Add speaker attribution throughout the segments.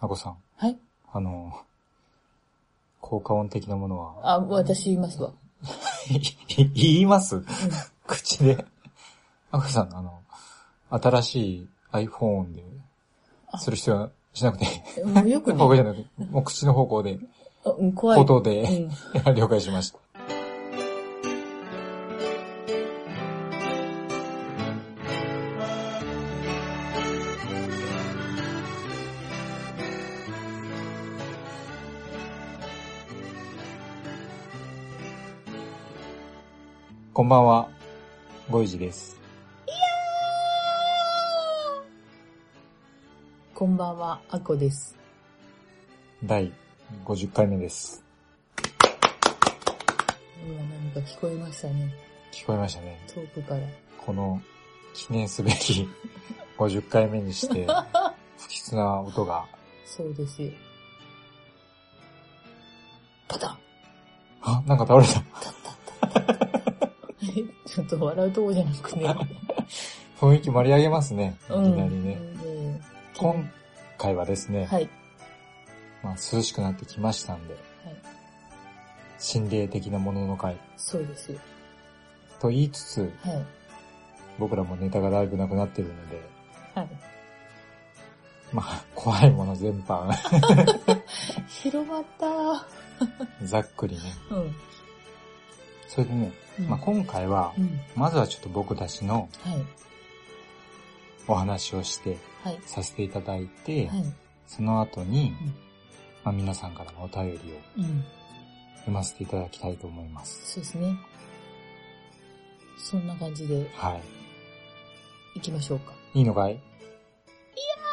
Speaker 1: なこさん、
Speaker 2: はい
Speaker 1: あの、効果音的なものは、
Speaker 2: あ、私言いますわ。
Speaker 1: い言います 口で。なこさん、あの、新しい iPhone で、する必要はしなくて、
Speaker 2: もうよくね
Speaker 1: 方向じゃなくて、もう口の方向で、
Speaker 2: あうん怖い。
Speaker 1: 音
Speaker 2: う
Speaker 1: で、
Speaker 2: ん。
Speaker 1: 了解しました。こんばんは、ボイジです。
Speaker 2: こんばんは、あこです。
Speaker 1: 第50回目です。
Speaker 2: 今何か聞こえましたね。
Speaker 1: 聞こえましたね。
Speaker 2: 遠くから。
Speaker 1: この記念すべき 50回目にして、不吉な音が、
Speaker 2: そうですよ。パタン
Speaker 1: あ、なんか倒れた。
Speaker 2: えちょっと笑うとこじゃな くね。
Speaker 1: 雰囲気盛り上げますね。いき
Speaker 2: うん。
Speaker 1: なりね。
Speaker 2: うん
Speaker 1: 今回はですね、
Speaker 2: はい。
Speaker 1: まあ涼しくなってきましたんで、
Speaker 2: はい
Speaker 1: 心霊的なものの会
Speaker 2: そうですよ。
Speaker 1: と言いつつ、
Speaker 2: はい。
Speaker 1: 僕らもネタがだいぶなくなってるので、
Speaker 2: はい。
Speaker 1: まあ 怖いもの全般、
Speaker 2: 広まった
Speaker 1: ざっくりね。
Speaker 2: うん。
Speaker 1: それでね、
Speaker 2: うん
Speaker 1: まあ今回は
Speaker 2: う、ん。
Speaker 1: まずはちょっと僕たちの
Speaker 2: はい。
Speaker 1: お話をして、
Speaker 2: はい。
Speaker 1: させていただいて、
Speaker 2: はい。
Speaker 1: その後に、
Speaker 2: うん
Speaker 1: まあ、皆さんからのお便りを
Speaker 2: うん。
Speaker 1: 読ませていただきたいと思います。
Speaker 2: そうですね。そんな感じで
Speaker 1: はい。
Speaker 2: 行きましょうか。
Speaker 1: いいのかい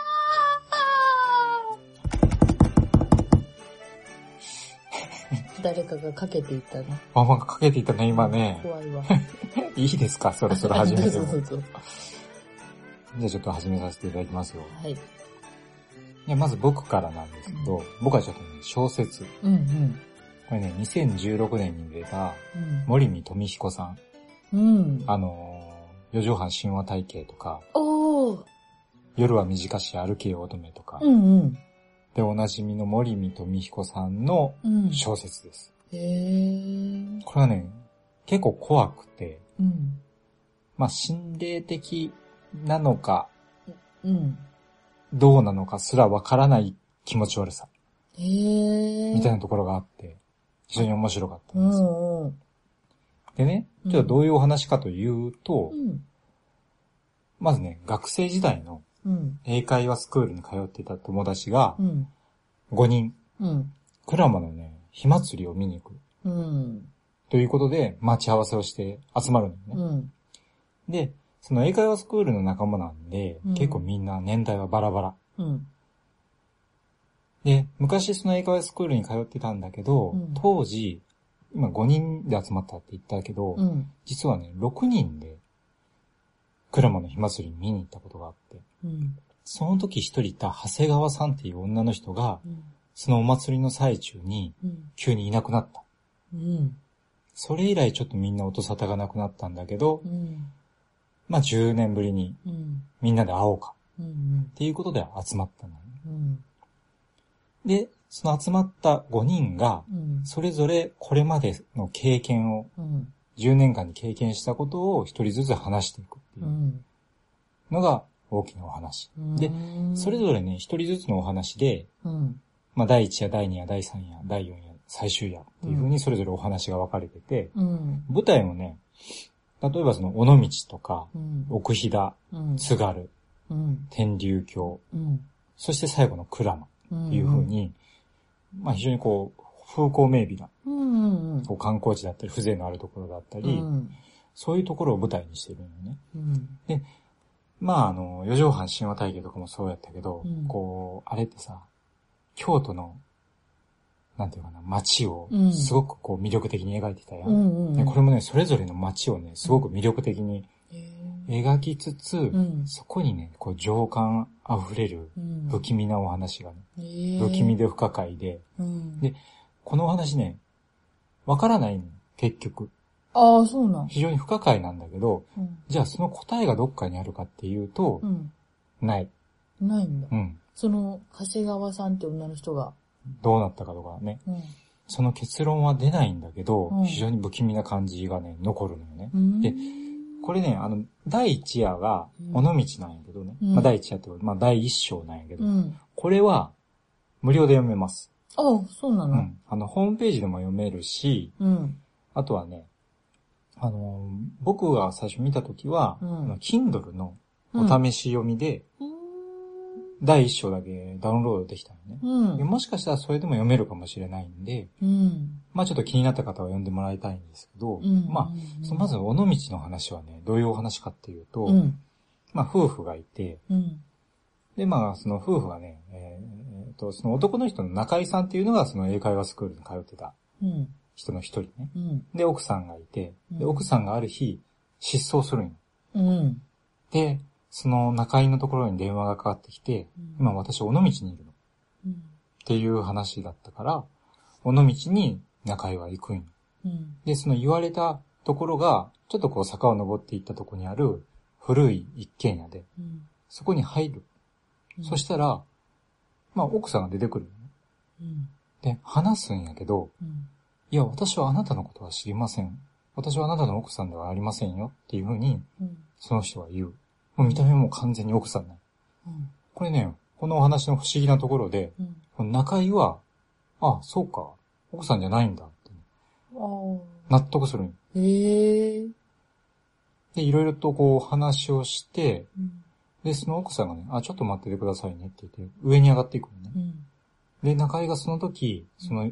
Speaker 2: 誰かがかけていったね。
Speaker 1: ワンワンかけていたね、今ね。
Speaker 2: 怖いわ。
Speaker 1: いいですかそろそろ始 めて
Speaker 2: どう
Speaker 1: も。
Speaker 2: ぞ
Speaker 1: じ
Speaker 2: どうぞ。
Speaker 1: ゃあちょっと始めさせていただきますよ。
Speaker 2: はい。
Speaker 1: いや、まず僕からなんですけど、僕はちょっとね、小説。
Speaker 2: うんうん。
Speaker 1: これね、2016年に出た、
Speaker 2: うん。
Speaker 1: 森見富彦さん。
Speaker 2: うん。
Speaker 1: あのー、四畳半神話体系とか、
Speaker 2: おー。
Speaker 1: 夜は短し歩けよ乙女とか、
Speaker 2: うんうん。
Speaker 1: で、おなじみの森見富彦さんの
Speaker 2: うん。
Speaker 1: 小説です。
Speaker 2: へー。
Speaker 1: これはね、結構怖くて、
Speaker 2: うん。
Speaker 1: まあ、心霊的なのか、
Speaker 2: うん。
Speaker 1: どうなのかすらわからない気持ち悪さ、
Speaker 2: へー。
Speaker 1: みたいなところがあって、非常に面白かった
Speaker 2: うん
Speaker 1: です。
Speaker 2: んうん。
Speaker 1: でね、ちょっとどういうお話かというと、
Speaker 2: うん。
Speaker 1: まずね、学生時代の
Speaker 2: うん。
Speaker 1: 英会話スクールに通っていた友達が
Speaker 2: う、ん。
Speaker 1: 5人、
Speaker 2: うん。
Speaker 1: クラマのね、火祭りを見に行く。
Speaker 2: うん。
Speaker 1: ということで、待ち合わせをして集まるのね。
Speaker 2: うん。
Speaker 1: で、その英会話スクールの仲間なんで、
Speaker 2: うん
Speaker 1: 結構みんな年代はバラバラ。
Speaker 2: うん。
Speaker 1: で、昔その英会話スクールに通ってたんだけど、
Speaker 2: うん
Speaker 1: 当時、今5人で集まったって言ったけど、
Speaker 2: うん。
Speaker 1: 実はね、6人で、クラマの火祭り見に行ったことがあって、
Speaker 2: うん。
Speaker 1: その時一人いた長谷川さんっていう女の人が、そのお祭りの最中に
Speaker 2: うん。
Speaker 1: 急にいなくなった。
Speaker 2: うん。
Speaker 1: それ以来ちょっとみんな音沙汰がなくなったんだけど、
Speaker 2: うん。
Speaker 1: まあ10年ぶりに
Speaker 2: うん。
Speaker 1: みんなで会おうか
Speaker 2: うん。
Speaker 1: っていうことで集まったのね。
Speaker 2: うん。
Speaker 1: で、その集まった5人が、
Speaker 2: うん。
Speaker 1: それぞれこれまでの経験を、
Speaker 2: うん。
Speaker 1: 10年間に経験したことを一人ずつ話していくって
Speaker 2: う。
Speaker 1: いうんのが大きなお話。で、それぞれね、一人ずつのお話で、
Speaker 2: うん。
Speaker 1: まあ、第1夜、第2夜、第3夜、第4夜、最終夜っていう風にそれぞれお話が分かれてて、
Speaker 2: うん。
Speaker 1: 舞台もね、例えばその、尾道とか、
Speaker 2: うん。
Speaker 1: 奥飛騨、
Speaker 2: うん。
Speaker 1: 津軽、
Speaker 2: うん。
Speaker 1: 天竜峡、
Speaker 2: うん。
Speaker 1: そして最後の鞍馬
Speaker 2: うん。
Speaker 1: っていう風。に、まあ、非常にこう、風光明媚な、
Speaker 2: うん。うん。
Speaker 1: こう観光地だったり、風情のあるところだったり、
Speaker 2: うん。
Speaker 1: そういうところを舞台にしてるのね。
Speaker 2: うん。
Speaker 1: まあ、あの、四畳半神話体系とかもそうやったけど、
Speaker 2: うん
Speaker 1: こう、あれってさ、京都の、なんていうかな、街を
Speaker 2: う、ん
Speaker 1: すごくこう魅力的に描いてたやん。
Speaker 2: うん。
Speaker 1: でこれもね、それぞれの街をね、すごく魅力的に描きつつ、
Speaker 2: うん。
Speaker 1: そこにね、こう情感あふれる
Speaker 2: うん。
Speaker 1: 不気味なお話がね、
Speaker 2: 味
Speaker 1: 不気味。で不可解で、
Speaker 2: うん。
Speaker 1: このお話ね、わからないの、結局。
Speaker 2: ああ、そうなん。
Speaker 1: 非常に不可解なんだけど、
Speaker 2: うん。
Speaker 1: じゃあその答えがどっかにあるかっていうと
Speaker 2: う、ん。
Speaker 1: ない。
Speaker 2: ないんだ
Speaker 1: う。ん。
Speaker 2: その、長谷川さんって女の人が。
Speaker 1: どうなったかとかね。
Speaker 2: うん。
Speaker 1: その結論は出ないんだけど、
Speaker 2: うん
Speaker 1: 非常に不気味な感じがね、残るのよね。
Speaker 2: うん
Speaker 1: でこれね、あの、第一夜が、
Speaker 2: うん
Speaker 1: 尾道なんやけどね。
Speaker 2: うん
Speaker 1: まあ、第一夜ってこと、まあ、第一章なんやけど、
Speaker 2: うん。
Speaker 1: これは、無料で読めます。
Speaker 2: あ、そうな
Speaker 1: う
Speaker 2: の
Speaker 1: ん。あの、ホームページでも読めるし、
Speaker 2: うん。
Speaker 1: あとはね、あのー、僕が最初見たときは、
Speaker 2: うん
Speaker 1: あの Kindle の
Speaker 2: う
Speaker 1: お
Speaker 2: ん。
Speaker 1: 試し読みで、第一章だけダウンロードできたのね。
Speaker 2: うん
Speaker 1: で。もしかしたらそれでも読めるかもしれないんで、
Speaker 2: うん。
Speaker 1: まあちょっと気になった方は読んでもらいたいんですけど、
Speaker 2: うん。
Speaker 1: まあ、そのまず、尾道の話はね、どういうお話かっていうと、
Speaker 2: うん。
Speaker 1: まあ夫婦がいて、
Speaker 2: うん。
Speaker 1: でまあその夫婦がね、えーえーと、その男の人の中井さんっていうのがその英会話スクールに通ってた
Speaker 2: うん。
Speaker 1: 人の一人ね。
Speaker 2: うん。
Speaker 1: で、奥さんがいて、で、
Speaker 2: うん
Speaker 1: 奥さんがある日、失踪するんよ。
Speaker 2: うん。
Speaker 1: で、その中井のところに電話がかかってきて、今私、尾道にいるの。っ
Speaker 2: うん。
Speaker 1: ていう話だったから、尾道に中井は行くんよ。
Speaker 2: うん。
Speaker 1: で、その言われたところが、ちょっとこう坂を登っていったところにある古い一軒家で、
Speaker 2: うん。、
Speaker 1: そこに入る。そしてたら、まあ奥さんが出てくるよね。
Speaker 2: うん。
Speaker 1: で、話すんやけど、
Speaker 2: うん。
Speaker 1: いや、私はあなたのことは知りません。私はあなたの奥さんではありませんよっていうふうに、
Speaker 2: うん。
Speaker 1: その人は言う。もう見た目も完全に奥さんなの。
Speaker 2: うん。
Speaker 1: これね、このお話の不思議なところで、
Speaker 2: うん。
Speaker 1: この中井は、あ、そうか、奥さんじゃないんだって、
Speaker 2: ああ。
Speaker 1: 納得するんよ。
Speaker 2: へえ。
Speaker 1: で、いろいろとこう話をして、
Speaker 2: うん。
Speaker 1: で、その奥さんがね、あ、ちょっと待っててくださいねって言って、上に上がっていくのね。
Speaker 2: うん。
Speaker 1: で、中井がその時、その、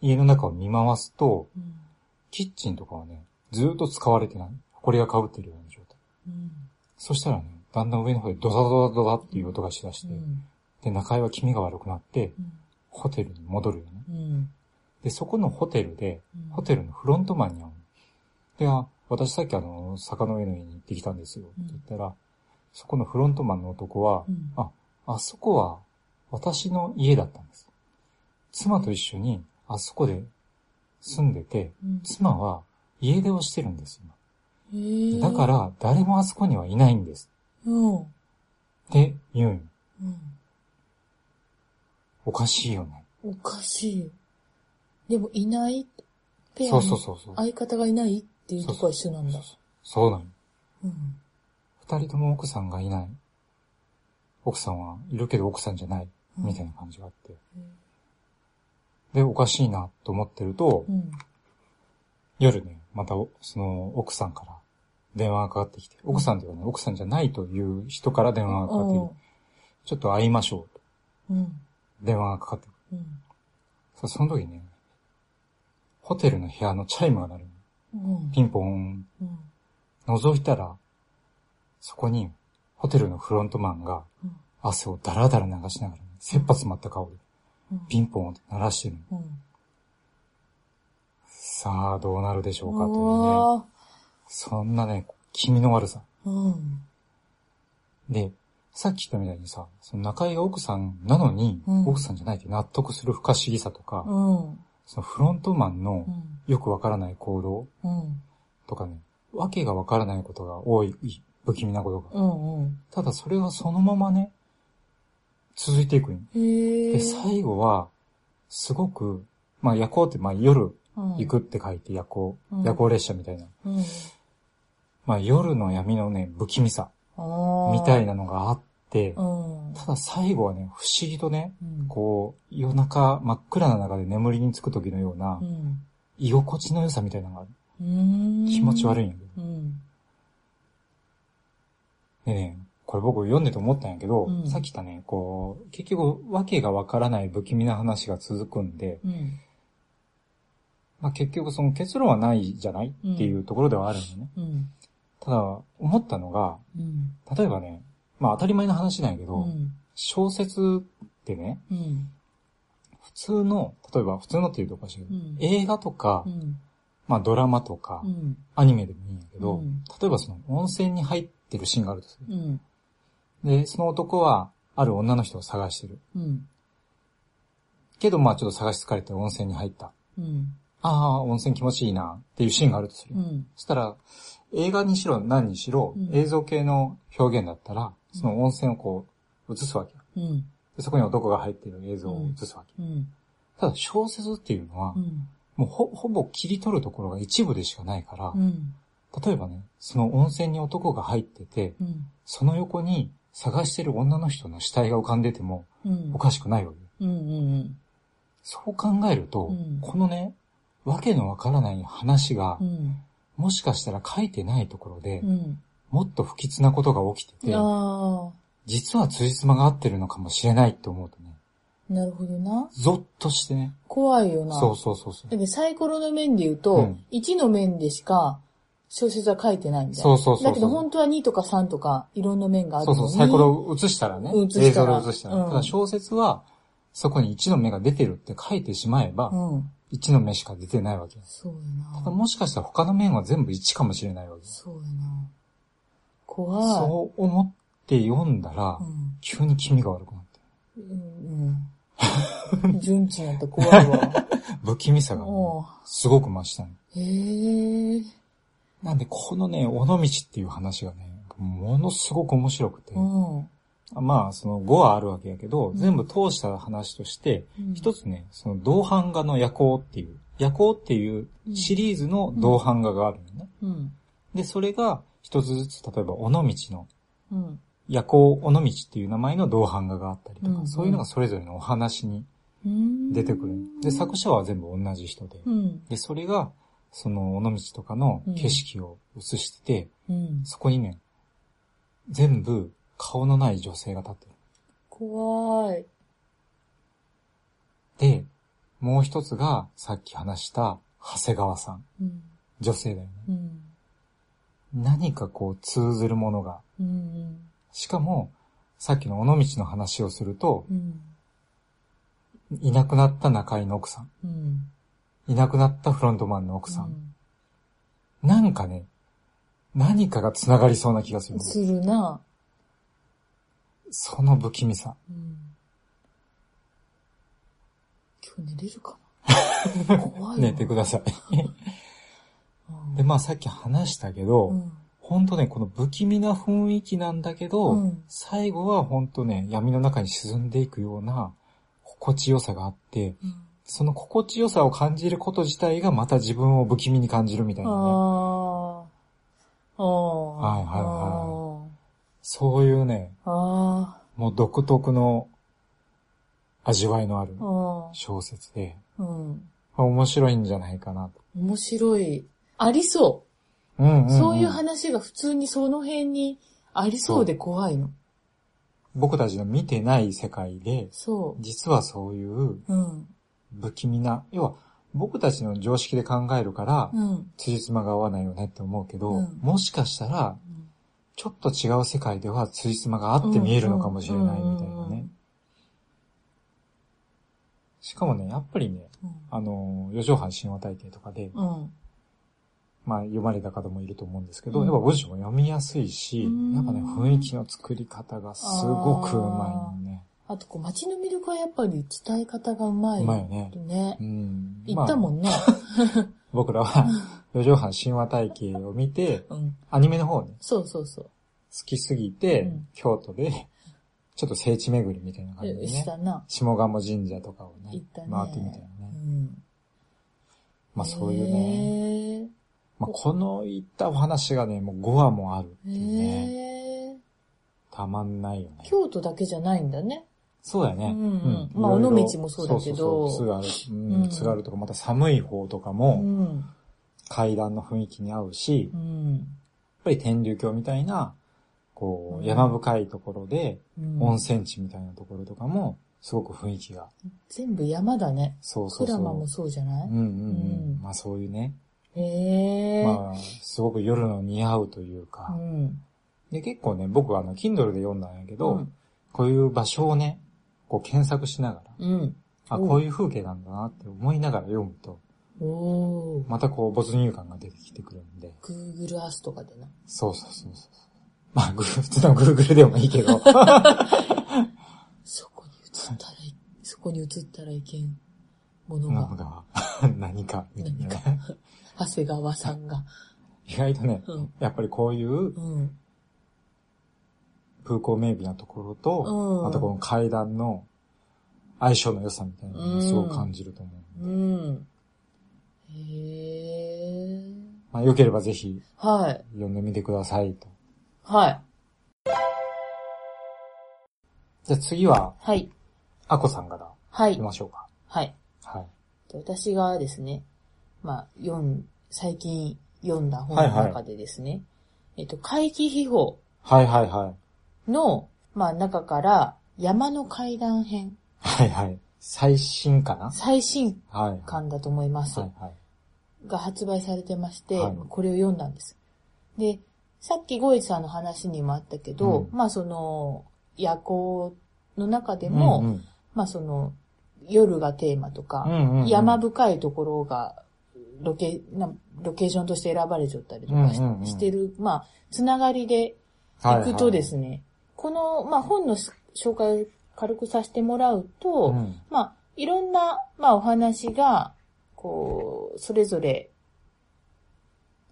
Speaker 1: 家の中を見回すと、
Speaker 2: うん。
Speaker 1: キッチンとかはね、ずーっと使われてない。埃が被ってるような状態。
Speaker 2: うん。
Speaker 1: そしたらね、だんだん上の方でドサドサドサっていう音がしだして、
Speaker 2: うん。
Speaker 1: で、中井は気味が悪くなって、ホテルに戻るよね。
Speaker 2: うん。
Speaker 1: で、そこのホテルで、
Speaker 2: うん。
Speaker 1: ホテルのフロントマンに会うの。で、あ、私さっきあの、坂の上の家に行ってきたんですよ。って言ったら、そこのフロントマンの男は、
Speaker 2: うん。
Speaker 1: あそこは私の家だったんです。妻と一緒にあそこで住んでて、
Speaker 2: うん。
Speaker 1: 妻は家出をしてるんです、
Speaker 2: へえ。
Speaker 1: 今。だか、ら誰もあそこにはいないんです。
Speaker 2: うん。うん。
Speaker 1: って言うんよおかしいよね。
Speaker 2: おかしい。でも、いない、ペア
Speaker 1: そ
Speaker 2: の
Speaker 1: うそうそうそう。
Speaker 2: 相方がいないっていうとこは一緒なん
Speaker 1: そ
Speaker 2: だ
Speaker 1: う。そうそうなの。
Speaker 2: うん。
Speaker 1: 二人とも奥さんがいない。奥さんはいるけど奥さんじゃない。みたいな感じがあって。で、おかしいなと思ってると、
Speaker 2: うん。
Speaker 1: 夜ね、またお、その、奥さんから電話がかかってきて、
Speaker 2: ん
Speaker 1: 奥さんではね、奥さんじゃないという人から電話がかかってきて
Speaker 2: う、
Speaker 1: ちょっと会いましょうと、
Speaker 2: ん。
Speaker 1: 電話がかかってくる
Speaker 2: うん。
Speaker 1: さその時ね、ホテルの部屋のチャイムが鳴るの。
Speaker 2: うん。
Speaker 1: ピンポーン。
Speaker 2: うん。
Speaker 1: 覗いたら、そこに、ホテルのフロントマンが
Speaker 2: うん、
Speaker 1: 汗をダラダラ流しながらね、切羽詰まった顔で、
Speaker 2: うん。
Speaker 1: ピンポーンって鳴らしてるの。
Speaker 2: うん。
Speaker 1: さあ、どうなるでしょうかというね、
Speaker 2: あ
Speaker 1: そんなね、気味の悪さ。
Speaker 2: あ。うん。
Speaker 1: で、さっき言ったみたいにさ、その中井が奥さんなのに、
Speaker 2: うん
Speaker 1: 奥さんじゃないって納得する不可思議さとか、
Speaker 2: うん。
Speaker 1: そのフロントマンの
Speaker 2: うん。
Speaker 1: よくわからない行動
Speaker 2: うん。
Speaker 1: とかね、わけがわからないことが多い、不気味なことが。
Speaker 2: うん。うん。
Speaker 1: ただそれがそのままね、続いていくんよ
Speaker 2: へえ。
Speaker 1: で、最後は、すごく、まあ夜行って、まあ夜行くって書いて夜行、
Speaker 2: うん
Speaker 1: 夜行列車みたいな。
Speaker 2: うん。
Speaker 1: まあ夜の闇のね、不気味さ、
Speaker 2: ああ。
Speaker 1: みたいなのがあって、
Speaker 2: うん。
Speaker 1: ただ最後はね、不思議とね、
Speaker 2: うん。
Speaker 1: こう、夜中、真っ暗な中で眠りにつく時のような
Speaker 2: う、ん。
Speaker 1: 居心地の良さみたいなのがある
Speaker 2: うん。
Speaker 1: 気持ち悪
Speaker 2: い。
Speaker 1: いんやけど。
Speaker 2: うん。
Speaker 1: でね、これ僕読んでて思ったんやけど、
Speaker 2: うん
Speaker 1: さっき言ったね、こう、結局、わけがわからない不気味な話が続くんで、
Speaker 2: うん。
Speaker 1: まあ結局その結論はないじゃないっていうところではあるのね。
Speaker 2: うん。
Speaker 1: ただ、思ったのが、
Speaker 2: うん。
Speaker 1: 例えばね、まあ当たり前の話なんやけ
Speaker 2: う
Speaker 1: ど、
Speaker 2: ん。
Speaker 1: 小説ってね、
Speaker 2: うん。
Speaker 1: 普通の、例えば普通のっていうとおかしいけど、
Speaker 2: うん
Speaker 1: 映画とか、
Speaker 2: うん。
Speaker 1: まあドラマとか、
Speaker 2: うん。
Speaker 1: アニメでもいいんやけど、
Speaker 2: うん
Speaker 1: 例えばその温泉に入ってるシーンがあるとする。
Speaker 2: うん。
Speaker 1: で、その男は、ある女の人を探してる。
Speaker 2: うん。
Speaker 1: けど、まあちょっと探し疲れて温泉に入った。
Speaker 2: うん。
Speaker 1: ああ、温泉気持ちいいな、っていうシーンがあるとする。
Speaker 2: うん。
Speaker 1: そしたら、映画にしろ何にしろ
Speaker 2: う、ん
Speaker 1: 映像系の表現だったら、その温泉をこう、映すわけよ。
Speaker 2: うん。
Speaker 1: でそこに男が入っている映像を映すわけ。
Speaker 2: うん。
Speaker 1: ただ小説っていうのは、
Speaker 2: うん。
Speaker 1: もうほほぼ切り取るところが一部でしかないから、
Speaker 2: うん。
Speaker 1: 例えばね、その温泉に男が入ってて、
Speaker 2: うん。
Speaker 1: その横に探してる女の人の死体が浮かんでても
Speaker 2: うん。
Speaker 1: おかしくないわけ。
Speaker 2: うん。うん。
Speaker 1: そう考えると、
Speaker 2: うん
Speaker 1: このね、わけのわからない話が
Speaker 2: う、ん。
Speaker 1: もしかしたら書いてないところで、
Speaker 2: うん。
Speaker 1: もっと不吉なことが起きてて、
Speaker 2: あ
Speaker 1: 実は辻褄が合ってるのかもしれないって思うとね、
Speaker 2: あ、なるほどな。
Speaker 1: ゾッとしてね。
Speaker 2: 怖いよな。
Speaker 1: そうそうそうそう
Speaker 2: だ。けどサイコロの面で言う
Speaker 1: う
Speaker 2: と
Speaker 1: ん、
Speaker 2: 1の面でしか小説は書いてないみたいな。
Speaker 1: そうそうそうそう
Speaker 2: だけど本当は2とか3とかいろんな面がある
Speaker 1: そ
Speaker 2: の
Speaker 1: う
Speaker 2: に。
Speaker 1: そう、サイコロを映したらね、
Speaker 2: 映したら
Speaker 1: 映像で映したら、
Speaker 2: うん
Speaker 1: ただ小説は、そこに1の目が出てるって書いてしまえば、
Speaker 2: うん。
Speaker 1: 1の目しか出てないわけです。
Speaker 2: そうや
Speaker 1: ただ
Speaker 2: な。
Speaker 1: もしかしたら他の面は全部1かもしれないわけです。
Speaker 2: そうやな。怖い。
Speaker 1: そう思って読んだら、
Speaker 2: うん
Speaker 1: 急に気味が悪くなって。
Speaker 2: うん。 うん。順地なんて怖いわ。
Speaker 1: 不気味さがね、
Speaker 2: おう
Speaker 1: すごく増したの。
Speaker 2: へえ。
Speaker 1: なんで、このね、尾道っていう話がね、ものすごく面白くて、
Speaker 2: うん。
Speaker 1: まあ、その5はあるわけやけど、
Speaker 2: うん
Speaker 1: 全部通した話として、一
Speaker 2: つ。
Speaker 1: つね、その同版画の夜行っていう、夜行っていうシリーズの同版画があるのね。
Speaker 2: うん。
Speaker 1: で、それが一つずつ、例えば、尾道の、
Speaker 2: うん。
Speaker 1: 夜行尾道っていう名前の同版画があったりとか、
Speaker 2: うんうん
Speaker 1: そういうのがそれぞれのお話に
Speaker 2: うん
Speaker 1: 出てくる。で、作者は全部同じ人で。
Speaker 2: うん。
Speaker 1: で、それが、その、尾道とかの景色を映してて、
Speaker 2: うん。
Speaker 1: そこにね、全部顔のない女性が立って
Speaker 2: 怖い。
Speaker 1: る。で、もう一つがさっき話した長谷川さん。
Speaker 2: うん。
Speaker 1: 女性だよね。
Speaker 2: うん。
Speaker 1: 何かこう通ずるものが。
Speaker 2: うん。
Speaker 1: しかも、さっきの尾道の話をすると、
Speaker 2: うん。
Speaker 1: いなくなった中井の奥さん。
Speaker 2: うん。
Speaker 1: いなくなったフロントマンの奥さ。
Speaker 2: うん
Speaker 1: なんかね、何かが繋がりそうな気がする
Speaker 2: ん。。するな。
Speaker 1: その不気味さ。
Speaker 2: うん今日寝れるかな怖 いわ
Speaker 1: 寝てください。
Speaker 2: うん
Speaker 1: で、まあさっき話したけど、
Speaker 2: うん
Speaker 1: ほんとね、この不気味な雰囲気なんだけど、
Speaker 2: うん
Speaker 1: 最後はほんとね、闇の中に沈んでいくような心地よさがあって、
Speaker 2: うん
Speaker 1: その心地よさを感じること自体がまた自分を不気味に感じるみたい
Speaker 2: あ
Speaker 1: なね。
Speaker 2: ーあー。
Speaker 1: はいはい
Speaker 2: は
Speaker 1: はそういうね、
Speaker 2: い。あ
Speaker 1: もう独特の味わいのある
Speaker 2: ーあ
Speaker 1: 小説で、
Speaker 2: ー。うん。
Speaker 1: 面白いんじゃないかなと。
Speaker 2: 面白い。ありそ
Speaker 1: うんうん
Speaker 2: う。
Speaker 1: うん
Speaker 2: そういう話が普通にその辺にありそうで怖いの。
Speaker 1: 僕たちの見てない世界で、
Speaker 2: そ
Speaker 1: 実はそういう
Speaker 2: う。うん。
Speaker 1: 不気味な、要は僕たちの常識で考えるから、
Speaker 2: うん。
Speaker 1: 辻褄が合わないよねって思うけど、
Speaker 2: うん
Speaker 1: もしかしたら、ちょっと違う世界では辻褄が合って見えるのかもしれないみたいなね。しかもね、やっぱりね、
Speaker 2: うん。
Speaker 1: あの、四畳半神話体系とかで、
Speaker 2: うん。
Speaker 1: まあ読まれた方もいると思うんですけど、
Speaker 2: うん
Speaker 1: やっぱ文章も読みやすいし、
Speaker 2: うん
Speaker 1: やっぱね、雰囲気の作り方がすごくうまいのね。
Speaker 2: あと、こう、街の魅力はやっぱり伝え方がうまい。
Speaker 1: うまいよね。
Speaker 2: ね
Speaker 1: う。ん。
Speaker 2: 言ったも
Speaker 1: まあ、
Speaker 2: んね。
Speaker 1: 僕ら は四畳半神話体系を見て、
Speaker 2: うん。
Speaker 1: アニメの方ね、
Speaker 2: そうそうそう。
Speaker 1: 好きすぎて、
Speaker 2: うん
Speaker 1: 京都で、ちょっと聖地巡りみたいな感じでね
Speaker 2: し。たな。
Speaker 1: 下鴨神社とかをね
Speaker 2: 行ったね
Speaker 1: 回ってみたいな
Speaker 2: う
Speaker 1: ね。
Speaker 2: ん。
Speaker 1: まあそういうね。
Speaker 2: ね。
Speaker 1: まあこのいったお話がね、もう5話もあるって
Speaker 2: へ
Speaker 1: いうね。
Speaker 2: え。
Speaker 1: たまんないよね。
Speaker 2: 京都だけじゃないんだね。
Speaker 1: そうだね。
Speaker 2: うんうんまあ
Speaker 1: いろいろ
Speaker 2: 尾道もそうだけど
Speaker 1: そうそうそう津軽、
Speaker 2: う
Speaker 1: うんん、津軽とかまた寒い方とか
Speaker 2: う
Speaker 1: も
Speaker 2: ん。
Speaker 1: 階段の雰囲気に合うし、
Speaker 2: う
Speaker 1: やっ
Speaker 2: ん。
Speaker 1: ぱり天竜峡みたいな、こ
Speaker 2: うん
Speaker 1: う、山深いところで、
Speaker 2: うん
Speaker 1: 温泉地みたいなところとかも、すごく雰囲気が。
Speaker 2: 全部山だね。
Speaker 1: そうそ
Speaker 2: ク
Speaker 1: うそ
Speaker 2: ラ
Speaker 1: う。
Speaker 2: マもそうじゃな
Speaker 1: う
Speaker 2: い
Speaker 1: んうんう
Speaker 2: うん
Speaker 1: ん。まあそういうね。
Speaker 2: へえ。
Speaker 1: まあ、すごく夜の似合うというか、
Speaker 2: うん。
Speaker 1: で、結構ね、僕はあの、Kindle で読んだんやけど、
Speaker 2: うん
Speaker 1: こういう場所をね、こう検索しながら、
Speaker 2: うん。
Speaker 1: あ、
Speaker 2: うん
Speaker 1: こういう風景なんだなって思いながら読むと、
Speaker 2: おー。
Speaker 1: またこう没入感が出てきてくるんで、
Speaker 2: Google Earth とかでな。
Speaker 1: そうそうそうそう。まあ、グー普通の Google でもいいけ ど、
Speaker 2: そこに映ったらい、そこに映ったらいけんもの
Speaker 1: なん
Speaker 2: が、
Speaker 1: か、何か、みたいな
Speaker 2: 何
Speaker 1: ね。
Speaker 2: 長谷川さんが。
Speaker 1: 意外とね、
Speaker 2: うん。
Speaker 1: やっぱりこういう
Speaker 2: うん。
Speaker 1: 風光明媚なところと、
Speaker 2: うん
Speaker 1: あとこの階段の相性の良さみたいなのをすごく感じると思う。
Speaker 2: うん。へえ。
Speaker 1: まあ、良ければぜひ
Speaker 2: はい。
Speaker 1: 読んでみてくださいと。
Speaker 2: はい。
Speaker 1: じゃあ次は、
Speaker 2: はい。
Speaker 1: アコさんから
Speaker 2: は
Speaker 1: 行き
Speaker 2: い。
Speaker 1: ましょうか。
Speaker 2: はい。
Speaker 1: はい。
Speaker 2: 私がですね、まあ、読ん、最近読んだ本の中でですね、えっと、怪奇秘宝
Speaker 1: はいはいはい。
Speaker 2: の、まあ、中から、山の階段編、
Speaker 1: はいはい。最新かな
Speaker 2: 最新
Speaker 1: はいはい。
Speaker 2: 刊だと思います、
Speaker 1: はいはい。
Speaker 2: が発売されてまして、
Speaker 1: はい
Speaker 2: これを読んだんです。で、さっきゴイさんの話にもあったけど、
Speaker 1: う
Speaker 2: まあ、その、夜行の中で
Speaker 1: で
Speaker 2: も、まあ、その、夜がテーマとか、山深いところが、ロケ、なロケーションとして選ばれちゃったりとかし,、
Speaker 1: うんうんうん
Speaker 2: てる、まあ、つながりで行くとです
Speaker 1: ね、
Speaker 2: ね、この、まあ、本のし紹介を軽くさせてもらうと、
Speaker 1: うん
Speaker 2: まあ、いろんな、まあ、お話が、こう、それぞれ、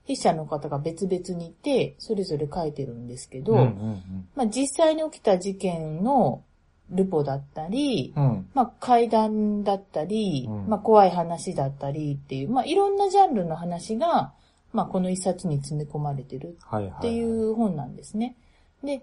Speaker 2: 筆者の方が別々にいて、それぞれ書いてるんですけど、
Speaker 1: うんうん
Speaker 2: まあ、実際に起きた事件のルポだったり、
Speaker 1: うんうん
Speaker 2: まあ、怪談だったり、
Speaker 1: うん
Speaker 2: まあ、怖い話だったりっていう、まあ、いろんなジャンルの話が、まあ、この一冊に詰め込まれてる
Speaker 1: はいはいはい。
Speaker 2: っていう本なんですね。で、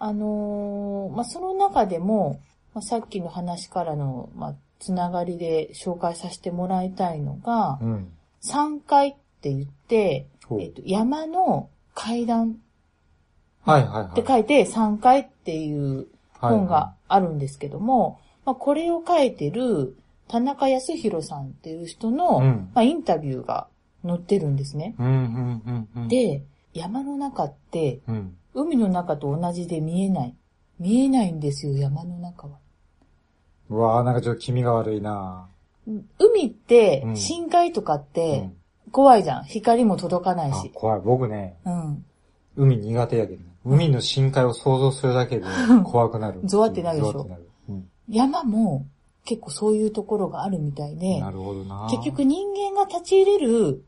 Speaker 2: あのーまあ、その中でも、まあ、さっきの話からの、まあ、つながりで紹介させてもらいたいのが、
Speaker 1: うん。
Speaker 2: 山階って言って、
Speaker 1: ほう
Speaker 2: えっと、山の階段
Speaker 1: はいはいはい。
Speaker 2: って書いて、山階っていう本
Speaker 1: はいは
Speaker 2: があるんですけども、まあ、これを書いてる田中康弘さんっていう人の、
Speaker 1: うん
Speaker 2: まあ、インタビューが載ってるんですね。
Speaker 1: い。うんうんうんうん。、
Speaker 2: で、山の中って
Speaker 1: うん。
Speaker 2: 海の中と同じで見えない。見えないんですよ、山の中は。
Speaker 1: うわーなんかちょっと気味が悪いな
Speaker 2: うん海って
Speaker 1: う、ん
Speaker 2: 深海とかっ
Speaker 1: ぁ
Speaker 2: て
Speaker 1: うん
Speaker 2: 怖いじゃん。光も届かない
Speaker 1: あ
Speaker 2: し。
Speaker 1: 怖い。僕ね、
Speaker 2: うん。
Speaker 1: 海苦手やけどね。海の深海を想像するだけで怖くなる。
Speaker 2: ゾワってなるでしょ
Speaker 1: ゾワってなる。うん
Speaker 2: 山も結構そういうところがあるみたいで、
Speaker 1: なるほどなぁ
Speaker 2: 結局、人間が立ち入れる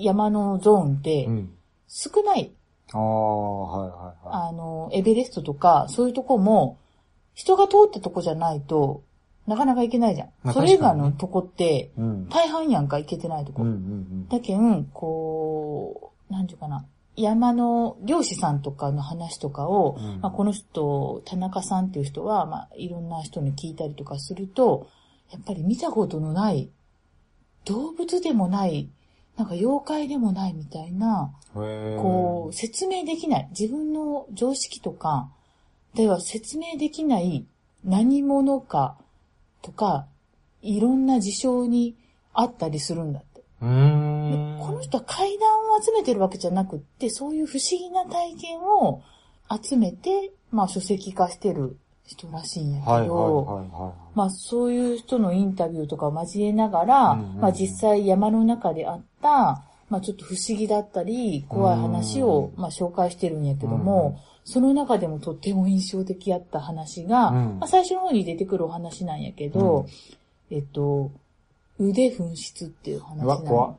Speaker 2: 山のゾーンって
Speaker 1: うん。
Speaker 2: 少ない
Speaker 1: ああ、はいはいはい。
Speaker 2: あの、エベレストとか、そういうとこも、人が通ったとこじゃないと、なかなか行けないじゃん。
Speaker 1: まあ
Speaker 2: それ以外
Speaker 1: 確かに
Speaker 2: の
Speaker 1: ね
Speaker 2: とこって、
Speaker 1: うん。
Speaker 2: 大半やんか行けてないとこ。
Speaker 1: うんうん
Speaker 2: だけん、こう、なんていうかな。山の漁師さんとかの話とかを、
Speaker 1: うん
Speaker 2: まあ、この人、田中さんっていう人は、まあ、いろんな人に聞いたりとかすると、やっぱり見たことのない、動物でもない、なんか妖怪でもないみたいな、
Speaker 1: うん。へー
Speaker 2: こう、説明できない。自分の常識とか、では説明できない何者かとか、いろんな事象にあったりするんだって。
Speaker 1: う
Speaker 2: で
Speaker 1: ーん。
Speaker 2: この人は階段を集めてるわけじゃなくって、そういう不思議な体験を集めて、まあ書籍化してる人らしいんやけど、
Speaker 1: はいはいはいはい。
Speaker 2: まあそういう人のインタビューとかを交えながら、
Speaker 1: うんうんうん
Speaker 2: まあ実際山の中であった、まあちょっと不思議だったり、怖い話をまあ紹介してるんやけども、その中でもとっても印象的やった話が、
Speaker 1: うん
Speaker 2: まあ最初の方に出てくるお話なんやけど、えっと、腕紛失っていう話
Speaker 1: うわ
Speaker 2: な
Speaker 1: 怖っ
Speaker 2: の。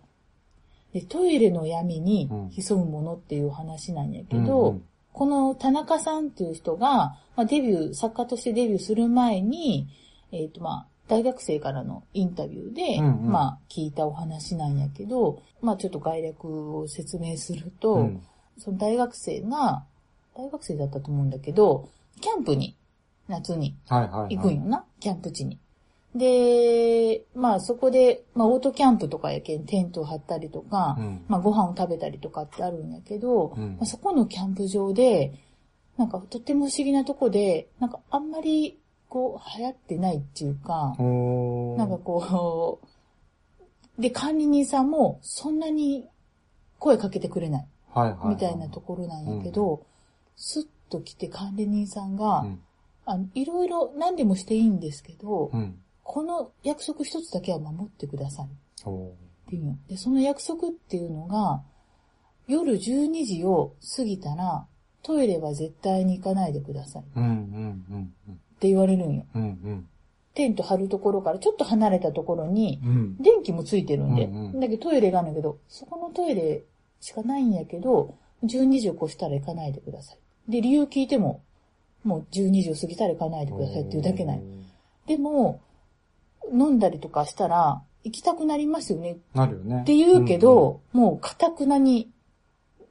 Speaker 2: で、トイレの闇に
Speaker 1: うん
Speaker 2: 潜むものっていう話なんやけ
Speaker 1: うん
Speaker 2: ど、
Speaker 1: うん
Speaker 2: この田中さんっていう人が、まあ、デビュー、作家としてデビューする前に、えっ、とまあ、大学生からのインタビューで、
Speaker 1: うんうん
Speaker 2: まあ、聞いたお話なんやけど、まあ、ちょっと概略を説明すると、
Speaker 1: うん
Speaker 2: その大学生が、大学生だったと思うんだけど、キャンプに、夏に
Speaker 1: はいはいはい。
Speaker 2: 行くんよな、キャンプ地に。で、まあそこで、まあオートキャンプとかやけん、テントを張ったりとか、
Speaker 1: うん
Speaker 2: まあご飯を食べたりとかってあるんやけど、
Speaker 1: うん
Speaker 2: まあ、そこのキャンプ場で、なんかとっても不思議なとこで、なんかあんまりこう流行ってないっていうか、
Speaker 1: おー
Speaker 2: なんかこう、で管理人さんもそんなに声かけてくれない
Speaker 1: はいはいはい。
Speaker 2: みたいなところなんやけど、スッと来て管理人さんが、
Speaker 1: うん
Speaker 2: あの、いろいろ何でもしていいんですけど、
Speaker 1: うん。
Speaker 2: この約束一つだけは守ってくださいっ
Speaker 1: お
Speaker 2: ていうの。で、その約束っていうのが、夜12時を過ぎたら、トイレは絶対に行かないでくださいっ
Speaker 1: ーうんうんうんうん。
Speaker 2: て言われるんよ。
Speaker 1: うんうん。
Speaker 2: テント張るところからちょっと離れたところに、
Speaker 1: うん。
Speaker 2: 電気もついてるんで、
Speaker 1: うんうん
Speaker 2: だけどトイレがあるんだけど、そこのトイレしかないんやけど、12時を越したら行かないでください。で、理由聞いても、もう12時を過ぎたら行かないでくださいっていうだけない。でも、飲んだりとかしたら、行きたくなりますよね
Speaker 1: なるよね。
Speaker 2: って言うけど、もう堅くなに、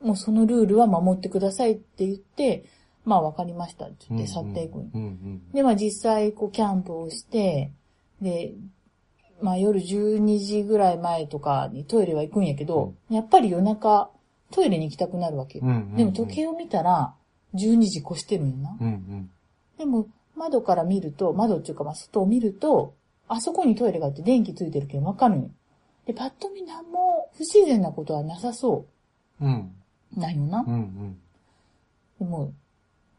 Speaker 2: もうそのルールは守ってくださいって言って、まあわかりましたって
Speaker 1: うん
Speaker 2: 言
Speaker 1: うん、
Speaker 2: って去っていく。
Speaker 1: うんうん。
Speaker 2: で、まあ実際こうキャンプをして、で、まあ夜12時ぐらい前とかにトイレは行くんやけど、やっぱり夜中トイレに行きたくなるわけよ。
Speaker 1: うんうんうん
Speaker 2: でも時計を見たら12時越してるんよな。
Speaker 1: うんうん。
Speaker 2: でも窓から見ると、窓っていうかまあ外を見ると、あそこにトイレがあって電気ついてるけどわかるんよ。で、パッと見なんも不自然なことはなさそ
Speaker 1: うん。
Speaker 2: うなんよな。
Speaker 1: うんうん。
Speaker 2: でも、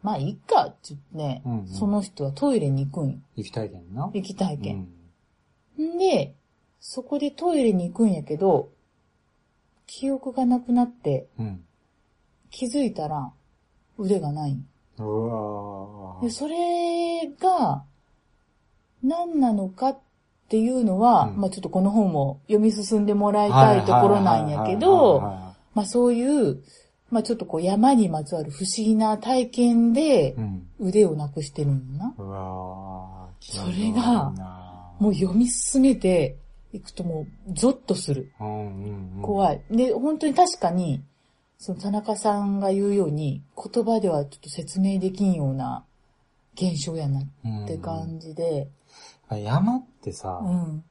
Speaker 2: まあいいかって言ってね、
Speaker 1: うんうん
Speaker 2: その人はトイレに行くんよ。
Speaker 1: 行きたいけんな。
Speaker 2: 行き体験。
Speaker 1: うん
Speaker 2: んで、そこでトイレに行くんやけど、記憶がなくなって、
Speaker 1: うん。
Speaker 2: 気づいたら腕がないん。
Speaker 1: うわ
Speaker 2: で、
Speaker 1: ー
Speaker 2: それが何なのかっていうのは、
Speaker 1: うん
Speaker 2: まあちょっとこの本を読み進んでもらいたいところなんやけど、
Speaker 1: は
Speaker 2: まあそういう、まあちょっとこう山にまつわる不思議な体験で
Speaker 1: いはいはいはいうん。
Speaker 2: 腕をなくしてるんよな。
Speaker 1: うわー気
Speaker 2: そ
Speaker 1: 持ち
Speaker 2: れ
Speaker 1: 悪い
Speaker 2: が
Speaker 1: な
Speaker 2: もう読み進めていくともうゾッとする。
Speaker 1: うんうんうん、
Speaker 2: 怖
Speaker 1: い。
Speaker 2: い。で、本当に確かに、その田中さんが言うように、言葉ではちょっと説明できんような現象やなって感じで、
Speaker 1: 山ってさ、
Speaker 2: うん、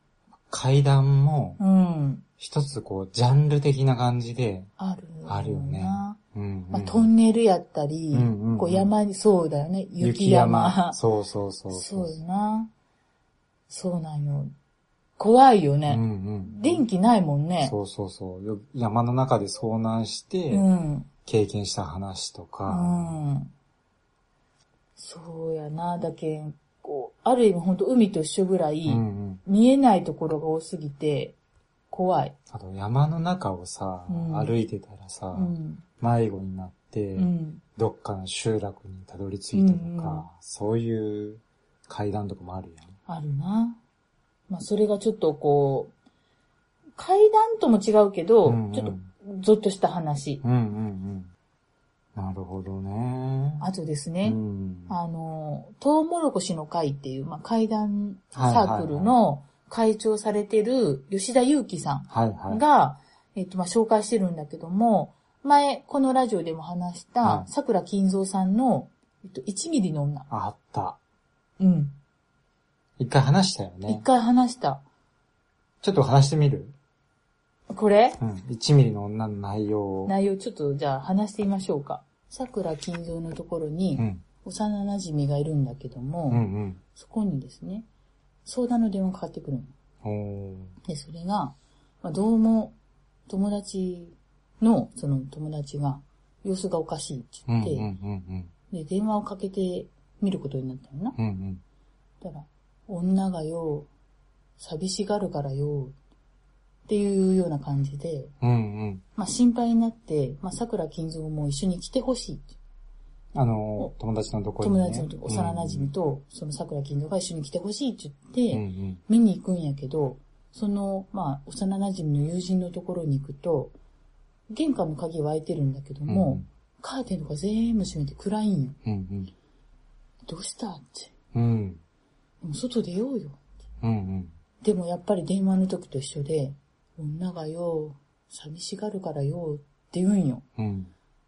Speaker 1: 階段も
Speaker 2: うん、
Speaker 1: 一つこう、ジャンル的な感じで、
Speaker 2: あるよな。
Speaker 1: あるよねうんうん
Speaker 2: まあ、トンネルやったり、
Speaker 1: うんうんうん
Speaker 2: こう山に、そうだよね、雪 山。
Speaker 1: そうそうそう。
Speaker 2: そうよな。そうなんよ。怖いよ
Speaker 1: うんう
Speaker 2: ね。
Speaker 1: ん。
Speaker 2: 電気ないもんね。
Speaker 1: そうそうそう。よ山の中で遭難して、
Speaker 2: うん。
Speaker 1: 経験した話とか、
Speaker 2: うんそうやな、だけん、こう、ある意味本当海と一緒ぐらい、
Speaker 1: うんうん
Speaker 2: 見えないところが多すぎて、怖い。
Speaker 1: あと山の中をさ、
Speaker 2: うん
Speaker 1: 歩いてたらさ、
Speaker 2: うん。
Speaker 1: 迷子になって、
Speaker 2: うん。
Speaker 1: どっかの集落にたどり着いたとか、
Speaker 2: うんうん
Speaker 1: そういう階段とかもあるやん。
Speaker 2: あるな。まあ、それがちょっとこう、階段とも違うけど、
Speaker 1: うんうん
Speaker 2: ちょっと、ゾッとした話。
Speaker 1: うんうんうん。なるほどね。
Speaker 2: あとです
Speaker 1: う
Speaker 2: ね、
Speaker 1: ん、
Speaker 2: あの、トウモロコシの会っていう、まあ、階段サークルの会長されてる吉田祐樹さん
Speaker 1: はいはい。
Speaker 2: が、えっと、まあ、紹介してるんだけども、前、このラジオでも話し
Speaker 1: は
Speaker 2: た、
Speaker 1: い
Speaker 2: 桜金蔵さんの、えっと、1ミリの女。
Speaker 1: あった。
Speaker 2: うん。
Speaker 1: 一回話したよ
Speaker 2: 一
Speaker 1: ね。
Speaker 2: 回話した。
Speaker 1: ちょっと話してみる
Speaker 2: これ
Speaker 1: うん。1ミリの女の内容を。
Speaker 2: 内容ちょっとじゃあ話してみましょうか。桜金蔵のところに
Speaker 1: う、ん。
Speaker 2: 幼馴染がいるんだけども、
Speaker 1: うん
Speaker 2: そこにですね、相談の電話かかってくるの。
Speaker 1: うん。おー
Speaker 2: で、それが、まあ、どうも、友達の、その友達が、様子がおかしいって
Speaker 1: うん
Speaker 2: 言
Speaker 1: う
Speaker 2: っ
Speaker 1: ん
Speaker 2: て、
Speaker 1: うん
Speaker 2: で、電話をかけてみることになったのな。
Speaker 1: うん。うんうん。
Speaker 2: だから、女がよ、寂しがるからよ、っていうような感じで、
Speaker 1: うんうん。
Speaker 2: まあ心配になって、まあ桜金蔵も一緒に来てほしいって。
Speaker 1: あの、友達のところに、
Speaker 2: 友
Speaker 1: ね。
Speaker 2: 達のとこ幼馴染と、その桜金蔵が一緒に来てほしいって言
Speaker 1: うんう
Speaker 2: って、
Speaker 1: ん
Speaker 2: 見に行くんやけど、その、まあ、幼馴染の友人のところに行くと、玄関の鍵は開いてるんだけど
Speaker 1: うん。
Speaker 2: も、カーテンとか全部閉めて暗いんよ。
Speaker 1: うんうん。
Speaker 2: どうしたって。
Speaker 1: うん
Speaker 2: もう外出ようよ。
Speaker 1: うん
Speaker 2: でもやっぱり電話の時と一緒で、女がよ、寂しがるからよ、って言うんよ。
Speaker 1: うん。うん。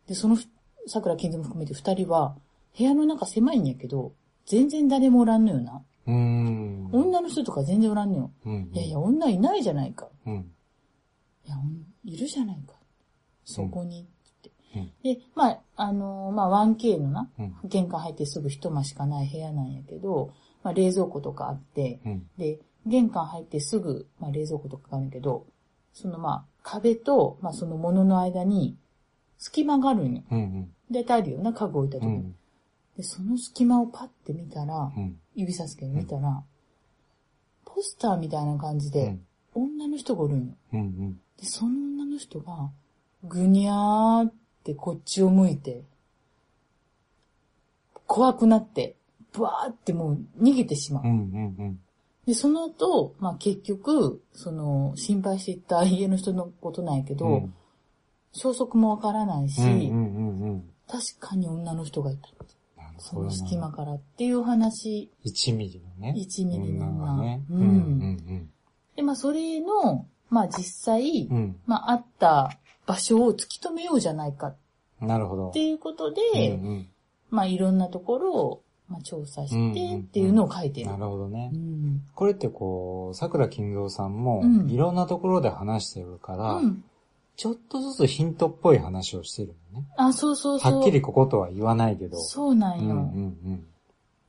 Speaker 2: で、そのふ、桜金も含めて二人は、部屋の中狭いんやけど、全然誰もおらんのよな。
Speaker 1: うん。
Speaker 2: 女の人とか全然おらんのよ。
Speaker 1: うん。
Speaker 2: いやいや、女いないじゃないか。
Speaker 1: うん。
Speaker 2: いや、おんいるじゃないか。そこに、って
Speaker 1: うん。
Speaker 2: で、まあ、あのーまあ、1K のな、
Speaker 1: うん。
Speaker 2: 玄関入ってすぐ一間しかない部屋なんやけど、まあ、冷蔵庫とかあって、
Speaker 1: うん。
Speaker 2: で、玄関入ってすぐ、まあ、冷蔵庫とかがあるんやけど、そのまあ、壁と、まあ、その物の間に、隙間があるんよ。
Speaker 1: うん。うん。
Speaker 2: 大体あるよな、家具置いた
Speaker 1: う
Speaker 2: 時に。
Speaker 1: ん。
Speaker 2: で、その隙間をパッて見たら
Speaker 1: う、ん。
Speaker 2: 指さすけど見たら、ポスターみたいな感じで、女の人がおるんよ。
Speaker 1: うん。うん。
Speaker 2: で、その女の人が、ぐにゃーってこっちを向いて、怖くなって、ブワーってもう逃げてしまう
Speaker 1: う。ん。うん。
Speaker 2: で、その後、まあ結局、その、心配していた家の人のことなんやけど、消息もわからないし、
Speaker 1: うんうんうんうん。
Speaker 2: 確かに女の人がいた。
Speaker 1: なるほど
Speaker 2: その隙間からっていう話。
Speaker 1: 1ミリのね。
Speaker 2: 1ミリの
Speaker 1: 女がね。
Speaker 2: う
Speaker 1: うんんうん
Speaker 2: で、まあそれの、まあ実際、
Speaker 1: うん。
Speaker 2: まああった場所を突き止めようじゃないかっ
Speaker 1: うん。なるほど。
Speaker 2: ていうことで、
Speaker 1: うんうん
Speaker 2: まあいろんなところを、まあ、調査
Speaker 1: うん
Speaker 2: し
Speaker 1: うん
Speaker 2: て
Speaker 1: う
Speaker 2: っ
Speaker 1: ん
Speaker 2: ていうのを書いてる
Speaker 1: な。るほどね
Speaker 2: う。ん。
Speaker 1: これってこう、桜金蔵さんも
Speaker 2: うん、
Speaker 1: いろんなところで話してるから、
Speaker 2: うん。
Speaker 1: ちょっとずつヒントっぽい話をしてるのね。
Speaker 2: あ、そうそうそう。
Speaker 1: はっきりこことは言わないけど。
Speaker 2: そうな
Speaker 1: うんん
Speaker 2: よ。
Speaker 1: うん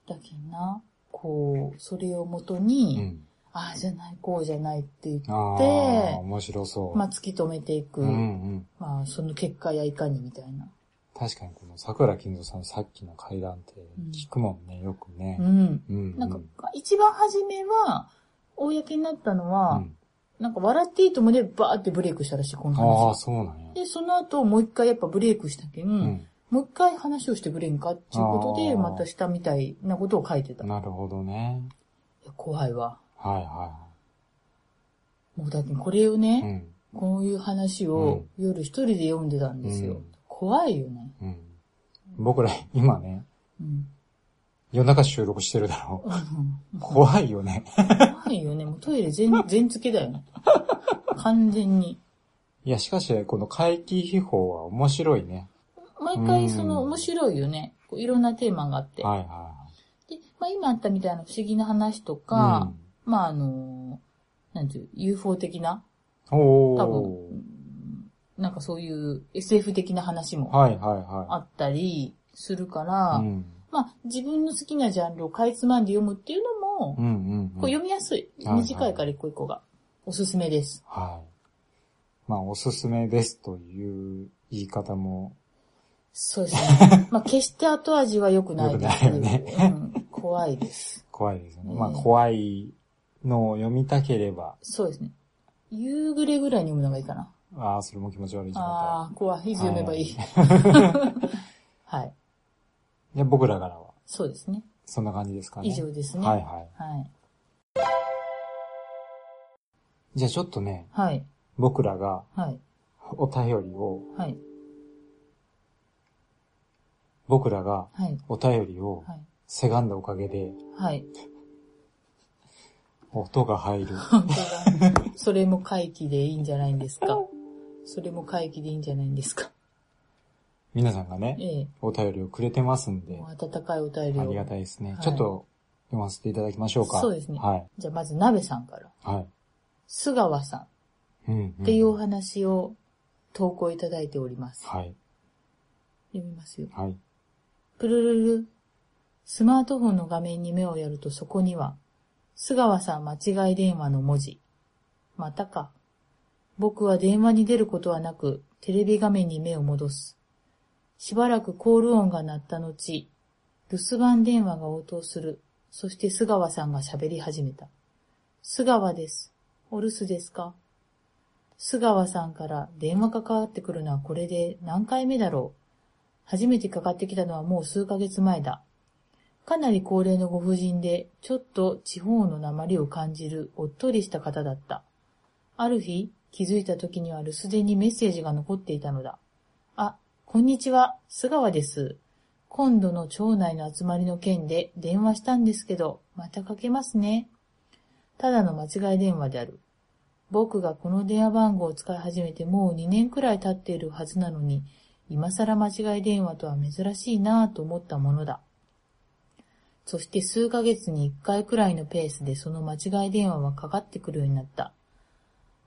Speaker 2: だけどな、こう、それをもと
Speaker 1: うん。う
Speaker 2: に、
Speaker 1: ん。
Speaker 2: ああじゃない、こうじゃないって言って、
Speaker 1: ああ、
Speaker 2: で
Speaker 1: 面白そう。
Speaker 2: まあ突き止めていく。
Speaker 1: うんうん。
Speaker 2: まあその結果やいかにみたいな。
Speaker 1: 確かにこの桜金蔵さんのさっきの会談って聞くもんね、よくね
Speaker 2: う。ん。
Speaker 1: うん、うん。
Speaker 2: なんか、一番初めは、公になったのは、
Speaker 1: うん
Speaker 2: なんか笑っていいともでバーってブレイクしたらしい、この
Speaker 1: ああ、
Speaker 2: 話。
Speaker 1: そうなんや。
Speaker 2: で、その後もう一回やっぱブレイクしたけん、
Speaker 1: うん。
Speaker 2: もう一回話をしてくれんかっていうことで、
Speaker 1: あー
Speaker 2: またしたみたいなことを書いてた。い
Speaker 1: なるほどね。
Speaker 2: や怖いわ。
Speaker 1: はいは
Speaker 2: もうだってこれを
Speaker 1: いはい。う
Speaker 2: ね、
Speaker 1: ん。
Speaker 2: こういう話を夜一人で読んでたんですよ。
Speaker 1: うん
Speaker 2: 怖いよね。
Speaker 1: うん。僕ら今ね、
Speaker 2: うん。
Speaker 1: 夜中収録してるだろう。怖いよね。
Speaker 2: 怖いよね。もうトイレ 全、全付けだよね。完全に。
Speaker 1: いや、しかし、この怪奇秘宝は面白いね。
Speaker 2: 毎回その
Speaker 1: うん
Speaker 2: 面白いよね。こういろんなテーマがあって。
Speaker 1: はいはいはい。
Speaker 2: で、まあ今あったみたいな不思議な話とか、まああの、なんていう、UFO 的な、
Speaker 1: うん、おー
Speaker 2: 多分なんかそういう SF 的な話も
Speaker 1: はいはいは
Speaker 2: あったりするから、
Speaker 1: い。うん。
Speaker 2: まあ自分の好きなジャンルをかいつまんで読むっていうのも、
Speaker 1: うんうん、うん。
Speaker 2: こう読みやすい。
Speaker 1: はいはい
Speaker 2: 短いから一個一個が。おすすめです。
Speaker 1: はい。まあ、おすすめですという言い方も、
Speaker 2: そうですね。 まあ決して後味は良くないですけど
Speaker 1: 良くないよ
Speaker 2: うん、怖いです。
Speaker 1: 怖いですよね。
Speaker 2: うん
Speaker 1: まあ、怖いのを読みたければ、
Speaker 2: そうですね。夕暮れぐらいに読むのがいいかな。
Speaker 1: ああ、それも気持ち悪い状態。
Speaker 2: ああ、怖い。いつ読めばいい。 はい。
Speaker 1: じゃあ僕らからは、
Speaker 2: そうですね。
Speaker 1: そんな感じですかね。
Speaker 2: 以上ですね。
Speaker 1: はいは
Speaker 2: はい。
Speaker 1: い。じゃあちょっとね、
Speaker 2: はい。
Speaker 1: 僕らが
Speaker 2: はい。
Speaker 1: お便りを、
Speaker 2: はい。
Speaker 1: 僕らが
Speaker 2: はい。
Speaker 1: お便りを
Speaker 2: はい。
Speaker 1: せがんだおかげで、
Speaker 2: はい。
Speaker 1: 音が入る。
Speaker 2: 本当だ。 それも回帰でいいんじゃないんですかそれも回帰でいいんじゃないんですか
Speaker 1: 皆さんがね、
Speaker 2: ええ。
Speaker 1: お便りをくれてますんで
Speaker 2: も、う温かいお便りを。
Speaker 1: ありがたいですね。
Speaker 2: はい
Speaker 1: ちょっと読ませていただきましょうか。
Speaker 2: そうですね
Speaker 1: はい。
Speaker 2: じゃあまず、鍋さんから。
Speaker 1: はい。
Speaker 2: 須川さん
Speaker 1: うん、
Speaker 2: っていうお話を投稿いただいております。
Speaker 1: はい。
Speaker 2: 読みますよ。
Speaker 1: はい。
Speaker 2: プルルル。スマートフォンの画面に目をやるとそこには、須川さん間違い電話の文字。またか。僕は電話に出ることはなく、テレビ画面に目を戻す。しばらくコール音が鳴った後、留守番電話が応答する。そして須川さんが喋り始めた。須川です。お留守ですか須川さんから電話がかかってくるのはこれで何回目だろう初めてかかってきたのはもう数ヶ月前だ。かなり高齢のご婦人で、ちょっと地方の鉛を感じるおっとりした方だった。ある日、気づいた時には留守電にメッセージが残っていたのだ。あ、こんにちは、須川です。今度の町内の集まりの件で電話したんですけど、またかけますね。ただの間違い電話である。僕がこの電話番号を使い始めてもう2年くらい経っているはずなのに、今更間違い電話とは珍しいなぁと思ったものだ。そして数ヶ月に一回くらいのペースでその間違い電話はかかってくるようになった。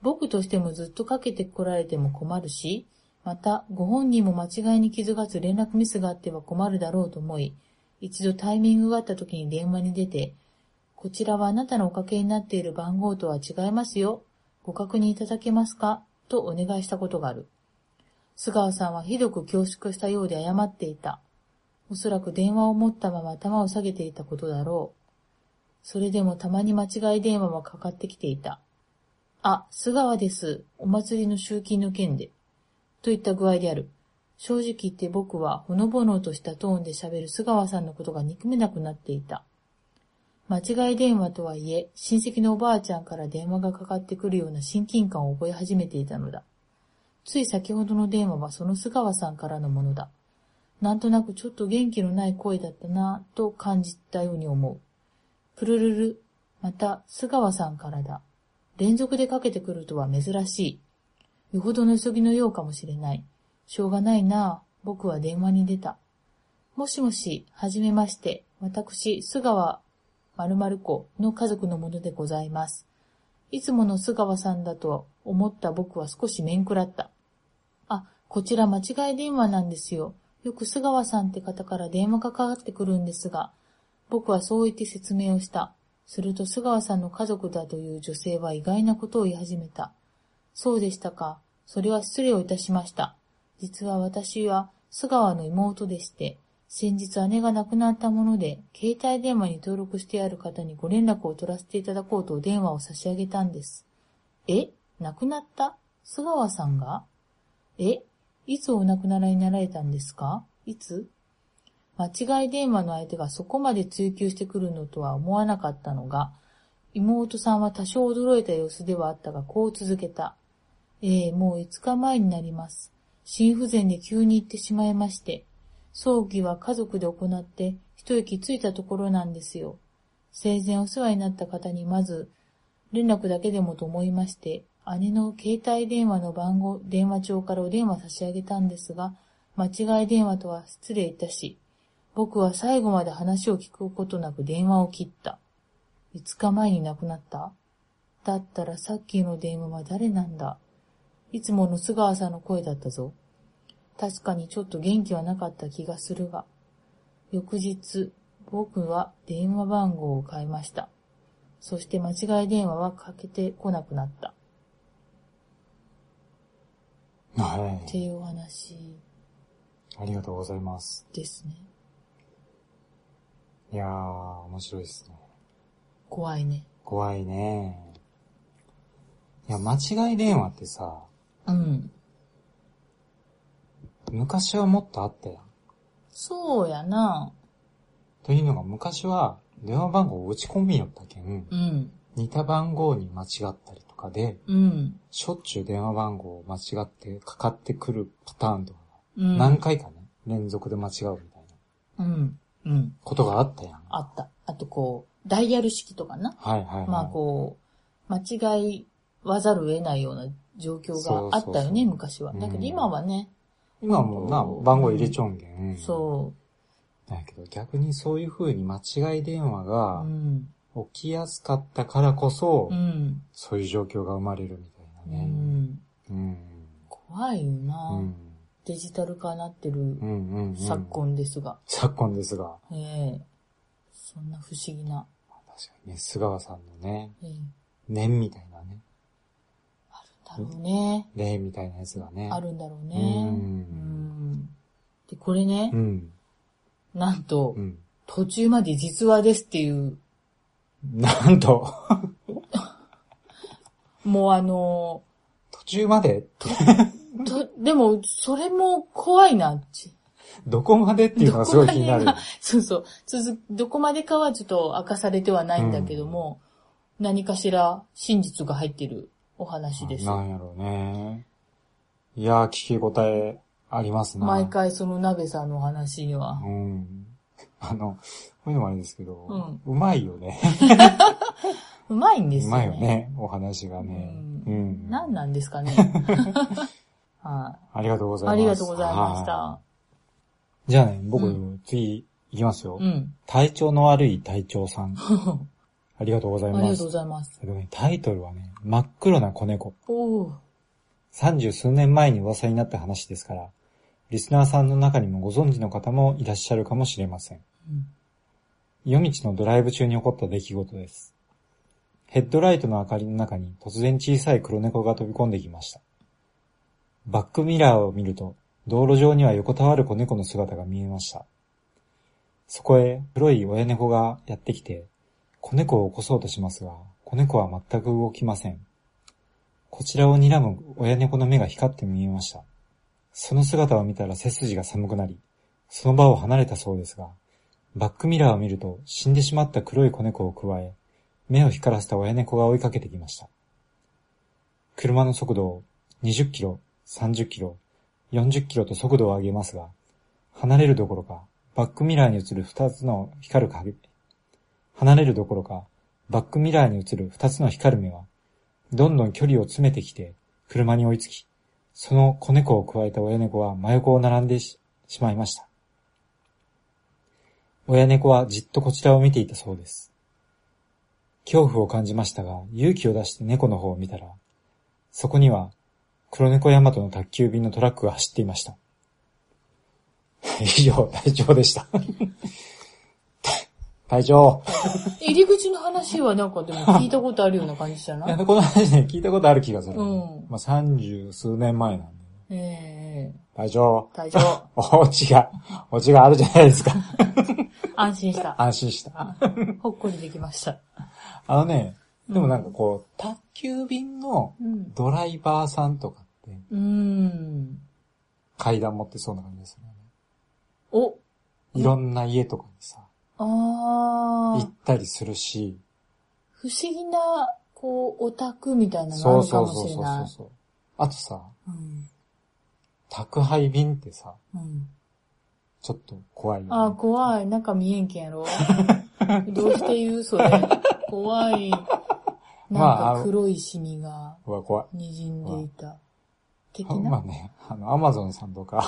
Speaker 2: 僕としてもずっとかけてこられても困るし、またご本人も間違いに気づかず連絡ミスがあっては困るだろうと思い、一度タイミングがあった時に電話に出て、こちらはあなたのおかけになっている番号とは違いますよ。ご確認いただけますかとお願いしたことがある。須川さんはひどく恐縮したようで謝っていた。おそらく電話を持ったまま頭を下げていたことだろう。それでもたまに間違い電話もかかってきていた。あ、須川です。お祭りの集金の件で。といった具合である。正直言って僕はほのぼのとしたトーンで喋る須川さんのことが憎めなくなっていた。間違い電話とはいえ、親戚のおばあちゃんから電話がかかってくるような親近感を覚え始めていたのだ。つい先ほどの電話はその菅川さんからのものだ。なんとなくちょっと元気のない声だったなぁと感じたように思う。プルルル、また、須川さんからだ。連続でかけてくるとは珍しい。よほどの急ぎのようかもしれない。しょうがないなぁ。僕は電話に出た。もしもし、はじめまして。私、須川〇〇子の家族のものでございます。いつもの須川さんだと思った僕は少し面食らった。あ、こちら間違い電話なんですよ。よく須川さんって方から電話がかかってくるんですが、僕はそう言って説明をした。すると須川さんの家族だという女性は意外なことを言い始めた。そうでしたか。それは失礼をいたしました。実は私は須川の妹でして、先日姉が亡くなったもので、携帯電話に登録してある方にご連絡を取らせていただこうとお電話を差し上げたんです。え亡くなった須川さんがえいつお亡くなりになられたんですかいつ間違い電話の相手がそこまで追求してくるのとは思わなかったのが、妹さんは多少驚いた様子ではあったが、こう続けた。ええもう5日前になります。心不全で急に行ってしまいまして、葬儀は家族で行って、一息ついたところなんですよ。生前お世話になった方にまず、連絡だけでもと思いまして、姉の携帯電話の番号、電話帳からお電話差し上げたんですが、間違い電話とは失礼いたし、僕は最後まで話を聞くことなく電話を切った。5日前に亡くなっただったらさっきの電話は誰なんだいつもの須川さんの声だったぞ。確かにちょっと元気はなかった気がするが。翌日、僕は電話番号を変えました。そして間違い電話はかけてこなくなった。
Speaker 1: は
Speaker 2: って
Speaker 1: い。
Speaker 2: いうお話
Speaker 1: ありがとうございます。
Speaker 2: ですね。
Speaker 1: いやー、面白いですね。
Speaker 2: 怖いね。
Speaker 1: 怖いね。いや、間違い電話ってさ、
Speaker 2: うん。
Speaker 1: 昔はもっとあったやん。
Speaker 2: そうやな。
Speaker 1: というのが昔は電話番号を打ち込みよったけん、
Speaker 2: うん。
Speaker 1: 似た番号に間違ったりとかで、
Speaker 2: うん。
Speaker 1: しょっちゅう電話番号を間違ってかかってくるパターンとか、
Speaker 2: うん。
Speaker 1: 何回かね、連続で間違うみたいな
Speaker 2: うん。うん。
Speaker 1: ことがあったやん。
Speaker 2: あった。あとこう、ダイヤル式とかな。
Speaker 1: はいはいはい。
Speaker 2: まあこう、間違いわざるを得ないような状況があった
Speaker 1: そ
Speaker 2: よね、
Speaker 1: うそうそう
Speaker 2: 昔は。だけど今はね、
Speaker 1: 今はもうな、番号入れちょんげん。
Speaker 2: そ
Speaker 1: だけど逆にそういう風に間違い電話
Speaker 2: う。う
Speaker 1: が
Speaker 2: ん。
Speaker 1: 起きやすかったからこそ、
Speaker 2: うん。
Speaker 1: そういう状況が生まれるみたいうなね。
Speaker 2: ん。
Speaker 1: うん。
Speaker 2: 怖いよ
Speaker 1: う
Speaker 2: な、
Speaker 1: ん。
Speaker 2: デジタル化になってる
Speaker 1: うんうん、うん。
Speaker 2: 昨。今ですが。
Speaker 1: 昨今ですが、
Speaker 2: ええそんな不思議な。
Speaker 1: 確かにね、菅川さんのね、
Speaker 2: ええ
Speaker 1: 念みたいなね、
Speaker 2: だろうね。
Speaker 1: 霊みたいなやつがね。
Speaker 2: あ。るんだろうね。
Speaker 1: うん
Speaker 2: うんで、これね
Speaker 1: う、ん。
Speaker 2: なんと、
Speaker 1: うん。
Speaker 2: 途中まで実話ですっていう、
Speaker 1: なんと、
Speaker 2: もうあの
Speaker 1: 途中まで、
Speaker 2: ー、と、でも、それも怖いなって。
Speaker 1: どこまでっていうのがすごい気になる。
Speaker 2: どこまでがそうそう。続く、どこまでかはちょっと明かされてはないんだけども、何かしら真実が入ってるお話です。
Speaker 1: なんやろうね。いやー、聞き応えありますな。
Speaker 2: 毎。回その鍋さんのお話には
Speaker 1: う。ん。 あの、こういうのもあれですけど、うまいよね。
Speaker 2: うまいんです
Speaker 1: う
Speaker 2: よ
Speaker 1: ま
Speaker 2: ね。
Speaker 1: いよね、お話がね。
Speaker 2: う
Speaker 1: うんん。
Speaker 2: 何なんですかね。 は
Speaker 1: ありがとうご
Speaker 2: い。
Speaker 1: ざいます。
Speaker 2: ありがとうございまし
Speaker 1: は
Speaker 2: た。
Speaker 1: い。じゃあね、僕、
Speaker 2: うん
Speaker 1: 次、いきますよ、
Speaker 2: うん。
Speaker 1: 体調の悪い隊長さ ん。ありがとうござい
Speaker 2: あり
Speaker 1: ま
Speaker 2: がとう
Speaker 1: す
Speaker 2: ご。ざいます。
Speaker 1: えっとねタイトルはね、真っ黒な子猫。
Speaker 2: おお。
Speaker 1: 三十数年前に噂になった話ですから、リスナーさんの中にもご存知の方もいらっしゃるかもしれません。
Speaker 2: うん
Speaker 1: 夜道のドライブ中に起こった出来事です。ヘッドライトの明かりの中に突然小さい黒猫が飛び込んできました。バックミラーを見ると、道路上には横たわる子猫の姿が見えました。そこへ黒い親猫がやってきて、子猫を起こそうとしますが、子猫は全く動きません。こちらを睨む親猫の目が光って見えました。その姿を見たら背筋が寒くなり、その場を離れたそうですが、バックミラーを見ると死んでしまった黒い子猫を加え、目を光らせた親猫が追いかけてきました。車の速度を20キロ、30キロ、40キロと速度を上げますが、離れるどころか、バックミラーに映る二つの光る影、離れるどころか、バックミラーに映る二つの光る目は、どんどん距離を詰めてきて、車に追いつき、その子猫を加えた親猫は真横を並んでししまいました。親猫はじっとこちらを見ていたそうです。恐怖を感じましたが、勇気を出して猫の方を見たら、そこには、黒猫ヤマトの宅急便のトラックが走っていました。 以上、隊長でした。 隊長。
Speaker 2: 入り口の話はなんかでも聞いたことあるような感じじゃ
Speaker 1: いや
Speaker 2: な
Speaker 1: この話ね、聞いたことある気がする。
Speaker 2: うん
Speaker 1: まあ、三十数年前なんで。
Speaker 2: いええ
Speaker 1: 隊長。
Speaker 2: 隊長。
Speaker 1: お家が、お家があるじゃないですか。
Speaker 2: 安 心した。
Speaker 1: 安心した。
Speaker 2: ほっこりできました。
Speaker 1: あのね、でもなんかこう、宅急便の
Speaker 2: うん。
Speaker 1: ドライバーさんとかって
Speaker 2: うん。
Speaker 1: 階段持ってそうな感じですよね。
Speaker 2: お、
Speaker 1: いろんな家とかにさ、
Speaker 2: あ
Speaker 1: 行
Speaker 2: あ
Speaker 1: っ、たりするし、
Speaker 2: 不思議な、こう、オタクみたいなのが
Speaker 1: そ
Speaker 2: あ
Speaker 1: うそ
Speaker 2: るか
Speaker 1: う
Speaker 2: も
Speaker 1: そう
Speaker 2: しれ
Speaker 1: そう
Speaker 2: な
Speaker 1: そう
Speaker 2: い。
Speaker 1: そう。あとさ、
Speaker 2: うん。
Speaker 1: 宅配便ってさ、
Speaker 2: うん。
Speaker 1: ちょっと怖いよ、ね。
Speaker 2: あー、怖い。中見えんけんや ろ。どうして言うそれ。怖い。
Speaker 1: まああ
Speaker 2: なん
Speaker 1: の
Speaker 2: か黒いシミが
Speaker 1: うわ、怖い。
Speaker 2: 滲んでいた。的
Speaker 1: まあ
Speaker 2: な。
Speaker 1: ね、あの、アマゾンさんとか、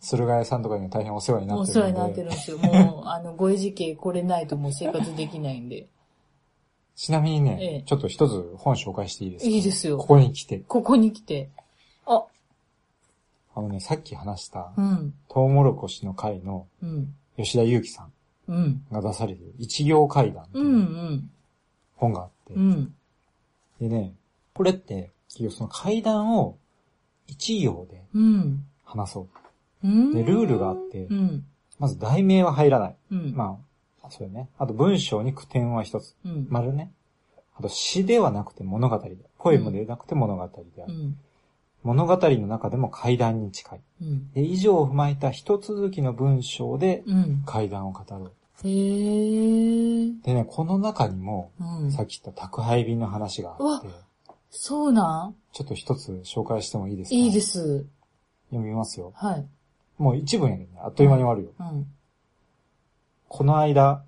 Speaker 1: 駿河屋さんとかには大変お世話にな
Speaker 2: お
Speaker 1: ってる
Speaker 2: 世
Speaker 1: ん
Speaker 2: 話
Speaker 1: で。
Speaker 2: になってるんですよ。もう、あの、ごえじけこれないともう生活できないんで。
Speaker 1: ちなみにね、
Speaker 2: ええ
Speaker 1: ちょっと一つ本紹介していいですか
Speaker 2: いいですよ
Speaker 1: ここに来て、
Speaker 2: ここに来て。あ、
Speaker 1: あのね、さっき話した
Speaker 2: う、ん、
Speaker 1: トウモロコシの会の
Speaker 2: うん、
Speaker 1: 吉田祐樹さん
Speaker 2: うん、
Speaker 1: が出されてる、一行会談って
Speaker 2: う
Speaker 1: い
Speaker 2: ん、う、
Speaker 1: うん本があって、
Speaker 2: うん、
Speaker 1: でね、これって、結局その会談を一行で
Speaker 2: うん。
Speaker 1: 話そう。
Speaker 2: うん
Speaker 1: で、ルールがあって
Speaker 2: う、ん、
Speaker 1: まず題名は入らない。
Speaker 2: うん。
Speaker 1: まあ、そうよね。あと文章に句点は一つ。
Speaker 2: うん、
Speaker 1: 丸ね。あと詩ではなくて物語で。ポエムでなくて物語であ
Speaker 2: う
Speaker 1: る。
Speaker 2: ん、
Speaker 1: 物語の中でも階段に近い。
Speaker 2: うん、
Speaker 1: で、以上を踏まえた一続きの文章で
Speaker 2: うん。
Speaker 1: 階段を語ろう。
Speaker 2: へー。
Speaker 1: でね、この中にも、
Speaker 2: うん。
Speaker 1: さっき言った宅配便の話があって、
Speaker 2: そうなん
Speaker 1: ちょっと一つ紹介してもいいですか
Speaker 2: いいで。す。
Speaker 1: 読みますよ。
Speaker 2: はい。
Speaker 1: もう一文やけどね、あっという間に終わるよ。
Speaker 2: うん。
Speaker 1: この間、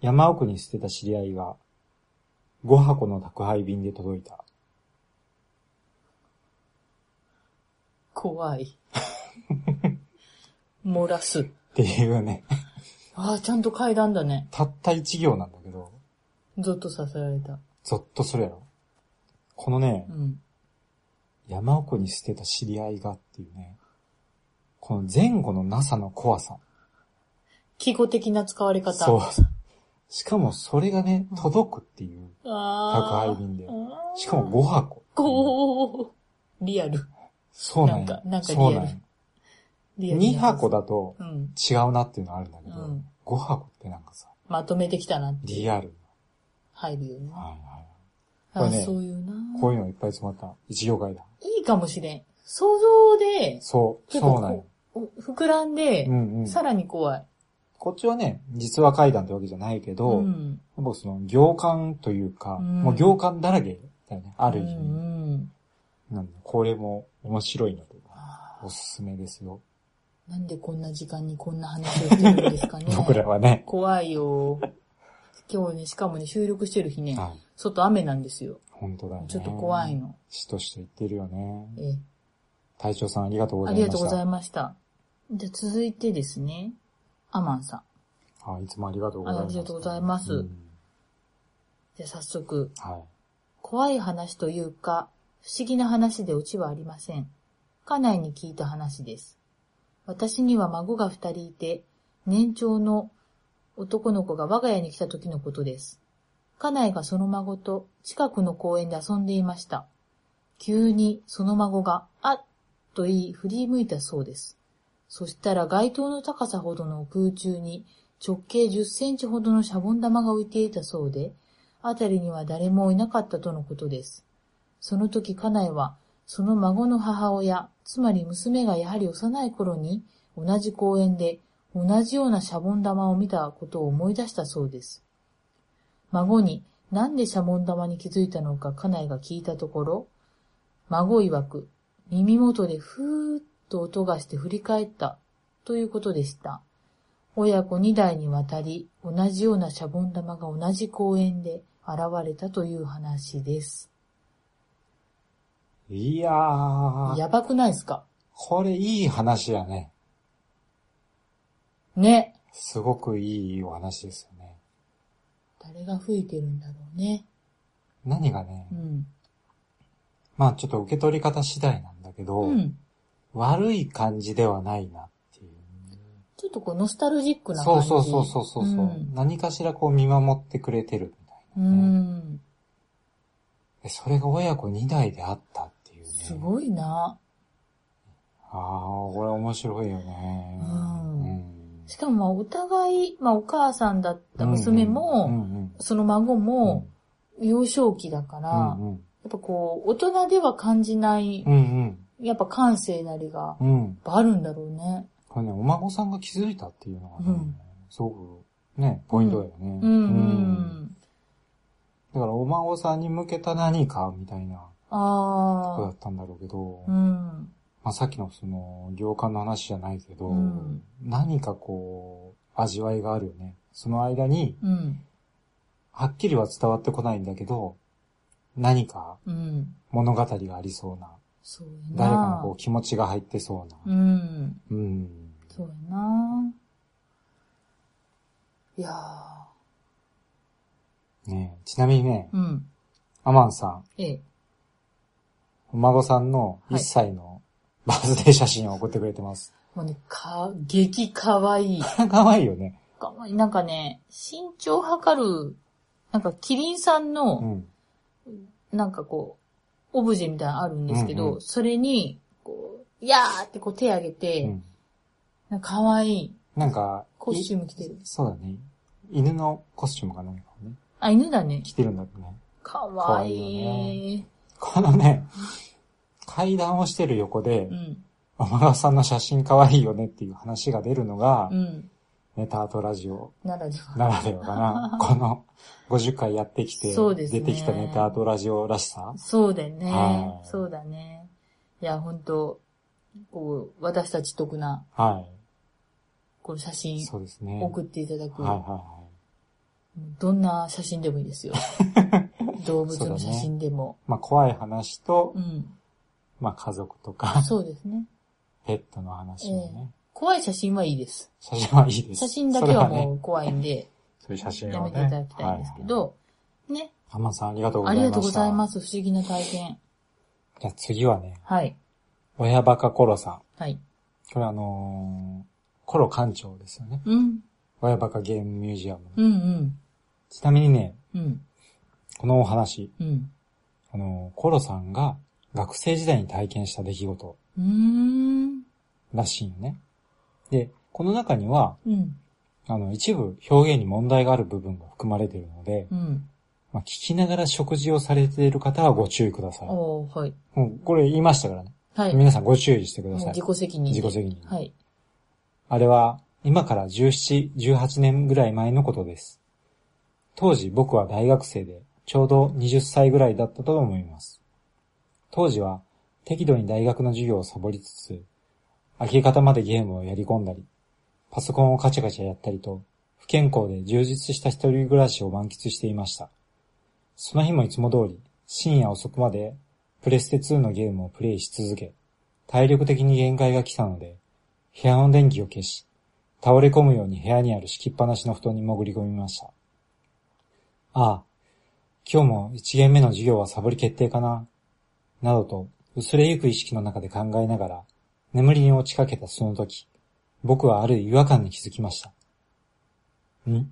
Speaker 1: 山奥に捨てた知り合いが、5箱の宅配便で届いた。
Speaker 2: 怖い。 漏らす。
Speaker 1: っていうね、
Speaker 2: ああ、ちゃんと階段だね。
Speaker 1: たった一行なんだけど、
Speaker 2: ゾッとさせられた。
Speaker 1: ゾッとするやろ。このね
Speaker 2: う、ん。
Speaker 1: 山奥に捨てた知り合いがっていうね、この前後のなさの怖さ。
Speaker 2: 記号的な使われ方。
Speaker 1: そう。しかもそれがね、届くっていう。
Speaker 2: ああ。
Speaker 1: 宅配便で
Speaker 2: あー
Speaker 1: しかも5箱。
Speaker 2: こう、リアル。
Speaker 1: そうなん
Speaker 2: なん
Speaker 1: や
Speaker 2: かなん。かリ
Speaker 1: そ
Speaker 2: アル
Speaker 1: うなんや。
Speaker 2: リアルな。
Speaker 1: 2箱だと
Speaker 2: うん。
Speaker 1: 違うなっていうのはあるんだけ
Speaker 2: う
Speaker 1: ど
Speaker 2: ん、
Speaker 1: 5箱ってなんかさ、
Speaker 2: まとめてきたな。
Speaker 1: リアル。
Speaker 2: 入るよね。
Speaker 1: はいはい
Speaker 2: あ
Speaker 1: これ
Speaker 2: あ、
Speaker 1: ね
Speaker 2: そういうな。
Speaker 1: こういうのがいっぱい詰まった。一行会だ。
Speaker 2: いいかもしれん。想像で、
Speaker 1: そう、
Speaker 2: 結
Speaker 1: そ
Speaker 2: 構
Speaker 1: うなんや
Speaker 2: こ。う、膨らんで
Speaker 1: う、んうん。
Speaker 2: さらに怖い。
Speaker 1: こっちはね、実話会談ってわけじゃないけど、
Speaker 2: ん。
Speaker 1: 僕その行間というか、
Speaker 2: うん
Speaker 1: もう行間だらけだよね、あ
Speaker 2: あ
Speaker 1: る意味。
Speaker 2: うんうん。
Speaker 1: なんで、これも面白いので、
Speaker 2: あ
Speaker 1: おすすめですよ。。
Speaker 2: ーなんでこんな時間にこんな話をしてるんですかね
Speaker 1: 僕らはね。
Speaker 2: 怖いよ。今日ね、しかもね、収録してる日ね、
Speaker 1: はい。
Speaker 2: 外雨なんですよ。
Speaker 1: 本当だよね。
Speaker 2: ちょっと怖い。の。
Speaker 1: しとしと言ってるよね。
Speaker 2: え
Speaker 1: 隊長さんありがとうご
Speaker 2: え、
Speaker 1: ざ
Speaker 2: あ
Speaker 1: いまし
Speaker 2: り
Speaker 1: た。
Speaker 2: がとうございました。じゃあ続いてですね、アマンさん。
Speaker 1: あいつもありがとうございます。
Speaker 2: ありがとうございます
Speaker 1: ん
Speaker 2: じゃあ早速、
Speaker 1: はい。
Speaker 2: 怖い話というか、不思議な話でオチはありません。家内に聞いた話です。私には孫が二人いて、年長の男の子が我が家に来た時のことです。家内がその孫と近くの公園で遊んでいました。急にその孫が、あっと言い振り向いたそうです。そしたら街灯の高さほどの空中に直径10センチほどのシャボン玉が浮いていたそうで、あたりには誰もいなかったとのことです。その時家内は、その孫の母親、つまり娘がやはり幼い頃に、同じ公園で同じようなシャボン玉を見たことを思い出したそうです。孫に、なんでシャボン玉に気づいたのか家内が聞いたところ、孫曰く、耳元でふーっと音がして振り返ったということでした。親子二代にわたり、同じようなシャボン玉が同じ公園で現れたという話です。
Speaker 1: いやー、
Speaker 2: やばくないですか
Speaker 1: これいい話やね。
Speaker 2: ね。
Speaker 1: すごくいいお話ですよね。
Speaker 2: 誰が吹いてるんだろうね。
Speaker 1: 何がね、
Speaker 2: うん。
Speaker 1: まあちょっと受け取り方次第なんだけど、
Speaker 2: うん。
Speaker 1: 悪い感じではないなっていう。
Speaker 2: ちょっとこう、ノスタルジックな
Speaker 1: そ
Speaker 2: 感
Speaker 1: う
Speaker 2: じ。
Speaker 1: そうそうそうそう。
Speaker 2: うん
Speaker 1: 何かしらこう見守ってくれてるみた
Speaker 2: う
Speaker 1: いな、ね
Speaker 2: ん。
Speaker 1: でそれが親子2代であったっていうね。
Speaker 2: す
Speaker 1: い。
Speaker 2: ごいな。
Speaker 1: ああ、これ面白いよね。
Speaker 2: うん
Speaker 1: うん
Speaker 2: しかもまあ、お互い、まあ、お母さんだった娘も、
Speaker 1: うんうんうん
Speaker 2: その孫
Speaker 1: うん
Speaker 2: も、幼少期だから、
Speaker 1: うんうん
Speaker 2: やっぱこう、大人では感じない、
Speaker 1: うん
Speaker 2: やっぱ感性なりが、
Speaker 1: うん。うん。
Speaker 2: やっぱあるんだろうね。
Speaker 1: これね、お孫さんが気づいたっていうのがね、
Speaker 2: うん
Speaker 1: すごくね、ポイントだよね。
Speaker 2: うん、う
Speaker 1: うん
Speaker 2: ん。
Speaker 1: だからお孫さんに向けた何かみたいなことだ
Speaker 2: あ
Speaker 1: ったんだろうけど、
Speaker 2: あ。うん。
Speaker 1: まあさっきのその、行間の話じゃないけど、
Speaker 2: うん
Speaker 1: 何かこう、味わいがあるよね。その間に、
Speaker 2: うん。
Speaker 1: はっきりは伝わってこないんだけど、何か
Speaker 2: うん。
Speaker 1: 物語がありそうな、
Speaker 2: そうやな。
Speaker 1: 誰かのこう気持ちが入ってそう
Speaker 2: う
Speaker 1: な。
Speaker 2: ん。
Speaker 1: うん。
Speaker 2: そうやな。いや
Speaker 1: ねちなみにね
Speaker 2: ー、うん。
Speaker 1: アマンさん、
Speaker 2: ええ。
Speaker 1: お孫さんの
Speaker 2: は
Speaker 1: 1
Speaker 2: い
Speaker 1: 歳のバースデー写真を送ってくれてます。
Speaker 2: もうね、か、激かわいい。
Speaker 1: 可愛いよね。
Speaker 2: かわいい。なんかね、身長測る、なんかキリンさん
Speaker 1: う
Speaker 2: の、
Speaker 1: ん。
Speaker 2: なんかこう、オブジェみたいなのあるんですけど、
Speaker 1: うんうん
Speaker 2: それに、こう、やーってこう手挙げて、
Speaker 1: うん、
Speaker 2: なんかかわいい。
Speaker 1: なんか、
Speaker 2: コスチュ
Speaker 1: い
Speaker 2: ーム着てる。
Speaker 1: そうだね。犬のコスチュームかなんかをね、
Speaker 2: あ、犬だね。
Speaker 1: 着てるんだってね。
Speaker 2: かわいい。
Speaker 1: かわいこのね、階段をしてる横で
Speaker 2: う、ん。
Speaker 1: 天川さんの写真可愛いよねっていう話が出るのが
Speaker 2: う、ん。
Speaker 1: ネタアートラジオ
Speaker 2: ならでは。
Speaker 1: ならではか な。この50回やってきて、
Speaker 2: そうです
Speaker 1: 出
Speaker 2: ね
Speaker 1: てきたネタアートラジオらしさ。
Speaker 2: そうだよね
Speaker 1: は。い
Speaker 2: そうだね。いや、本当こう、私たち得な、
Speaker 1: は
Speaker 2: この写
Speaker 1: い。
Speaker 2: 真、
Speaker 1: そうですね。
Speaker 2: 送っていただく、
Speaker 1: はいはいはい。
Speaker 2: どんな写真でもいいで すよ。動物の写真でも。
Speaker 1: まあ怖い話と
Speaker 2: う、ん。
Speaker 1: まあ家族と か、
Speaker 2: そうですね。
Speaker 1: ペットの話もね、
Speaker 2: 怖い写真はいいです。
Speaker 1: 写真はいいです。
Speaker 2: 写真だけは
Speaker 1: それは
Speaker 2: も
Speaker 1: ね、
Speaker 2: う怖い んで、
Speaker 1: そういう写真
Speaker 2: や
Speaker 1: を
Speaker 2: め
Speaker 1: ね。
Speaker 2: ていただきたいんですけ
Speaker 1: はい。
Speaker 2: ど、ね。
Speaker 1: ハマさんありがとうござ
Speaker 2: あ
Speaker 1: いま
Speaker 2: り
Speaker 1: した。
Speaker 2: がとうございま。す。不思議な体験。
Speaker 1: じゃあ次はね、
Speaker 2: はい。
Speaker 1: 親バカコロさん。
Speaker 2: はい。
Speaker 1: これあのー、コロ館長ですよね。
Speaker 2: うん。
Speaker 1: 親バカゲームミュージアムの。
Speaker 2: うんうん。
Speaker 1: ちなみにね、
Speaker 2: うん。
Speaker 1: このお話、
Speaker 2: うん。
Speaker 1: あのー、コロさんが学生時代に体験した出来事
Speaker 2: うーん。
Speaker 1: らしいよね。で、この中には、
Speaker 2: うん。
Speaker 1: あの、一部表現に問題がある部分が含まれているので、
Speaker 2: うん。
Speaker 1: まあ、聞きながら食事をされている方はご注意ください。も
Speaker 2: おー、はい。
Speaker 1: うこれ言いましたからね。
Speaker 2: はい。
Speaker 1: 皆さんご注意してくだ
Speaker 2: もう
Speaker 1: さい。
Speaker 2: 自己責任で。
Speaker 1: 自己責任で
Speaker 2: はい。
Speaker 1: あれは、今から17、18年ぐらい前のことです。当時僕は大学生で、ちょうど20歳ぐらいだったと思います。当時は、適度に大学の授業をサボりつつ、明け方までゲームをやり込んだり、パソコンをカチャカチャやったりと、不健康で充実した一人暮らしを満喫していました。その日もいつも通り、深夜遅くまで、プレステ2のゲームをプレイし続け、体力的に限界が来たので、部屋の電気を消し、倒れ込むように部屋にある敷きっぱなしの布団に潜り込みました。ああ、今日も一限目の授業はサボり決定かな、などと薄れゆく意識の中で考えながら、眠りに落ちかけたその時、僕はある違和感に気づきました。ん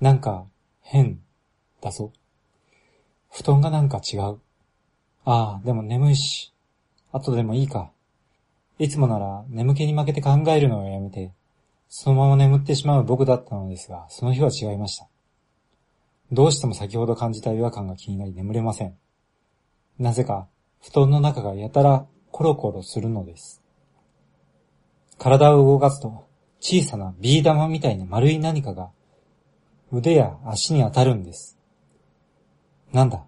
Speaker 1: なんか、変、だぞ。布団がなんか違う。ああ、でも眠いし、後でもいいか。いつもなら眠気に負けて考えるのをやめて、そのまま眠ってしまう僕だったのですが、その日は違いました。どうしても先ほど感じた違和感が気になり眠れません。なぜか、布団の中がやたらコロコロするのです。体を動かすと、小さなビー玉みたいな丸い何かが、腕や足に当たるんです。なんだ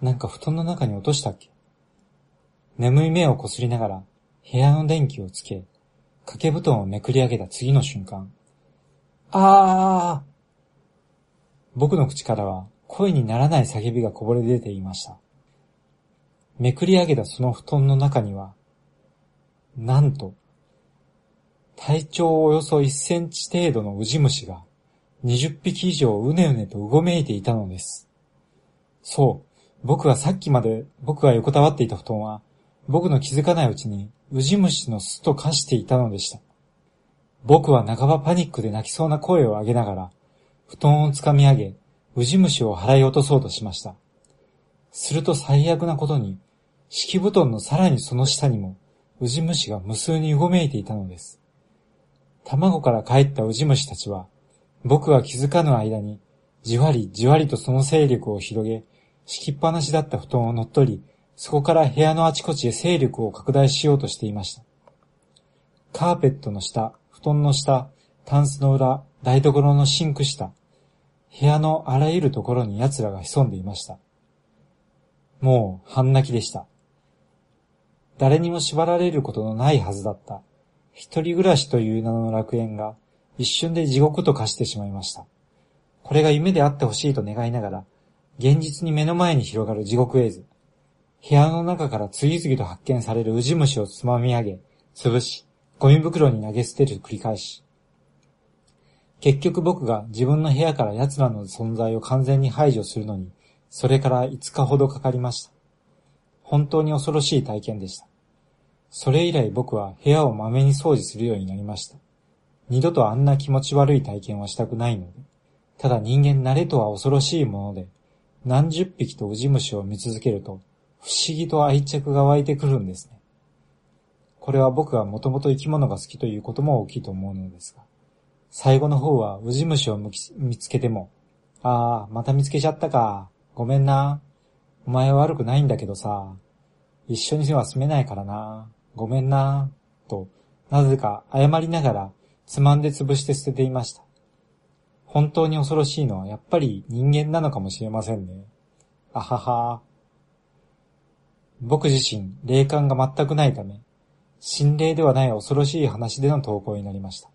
Speaker 1: なんか布団の中に落としたっけ眠い目をこすりながら、部屋の電気をつけ、掛け布団をめくり上げた次の瞬間。あー僕の口からは声にならない叫びがこぼれ出ていました。めくり上げたその布団の中には、なんと、体長およそ1センチ程度のウジ虫が20匹以上うねうねとうごめいていたのです。そう、僕がさっきまで僕が横たわっていた布団は、僕の気づかないうちにウジ虫の巣と化していたのでした。僕は半ばパニックで泣きそうな声を上げながら、布団をつかみ上げ、ウジ虫を払い落とそうとしました。すると最悪なことに、敷布団のさらにその下にも、ウジ虫が無数にうごめいていたのです。卵から帰ったウジ虫たちは、僕は気づかぬ間に、じわりじわりとその勢力を広げ、敷きっぱなしだった布団を乗っ取り、そこから部屋のあちこちへ勢力を拡大しようとしていました。カーペットの下、布団の下、タンスの裏、台所のシンク下、部屋のあらゆるところに奴らが潜んでいました。もう半泣きでした。誰にも縛られることのないはずだった。一人暮らしという名の楽園が一瞬で地獄と化してしまいました。これが夢であってほしいと願いながら、現実に目の前に広がる地獄絵図。部屋の中から次々と発見されるウジ虫をつまみ上げ、潰し、ゴミ袋に投げ捨てる繰り返し。結局僕が自分の部屋から奴らの存在を完全に排除するのに、それから5日ほどかかりました。本当に恐ろしい体験でした。それ以来僕は部屋をまめに掃除するようになりました。二度とあんな気持ち悪い体験はしたくないので、ただ人間慣れとは恐ろしいもので、何十匹とウジ虫を見続けると、不思議と愛着が湧いてくるんですね。これは僕がもともと生き物が好きということも大きいと思うのですが、最後の方はウジ虫をむき見つけても、ああ、また見つけちゃったか。ごめんな。お前は悪くないんだけどさ。一緒には住めないからな。ごめんな。と、なぜか謝りながら、つまんで潰して捨てていました。本当に恐ろしいのはやっぱり人間なのかもしれませんね。あはは。僕自身、霊感が全くないため、心霊ではない恐ろしい話での投稿になりました。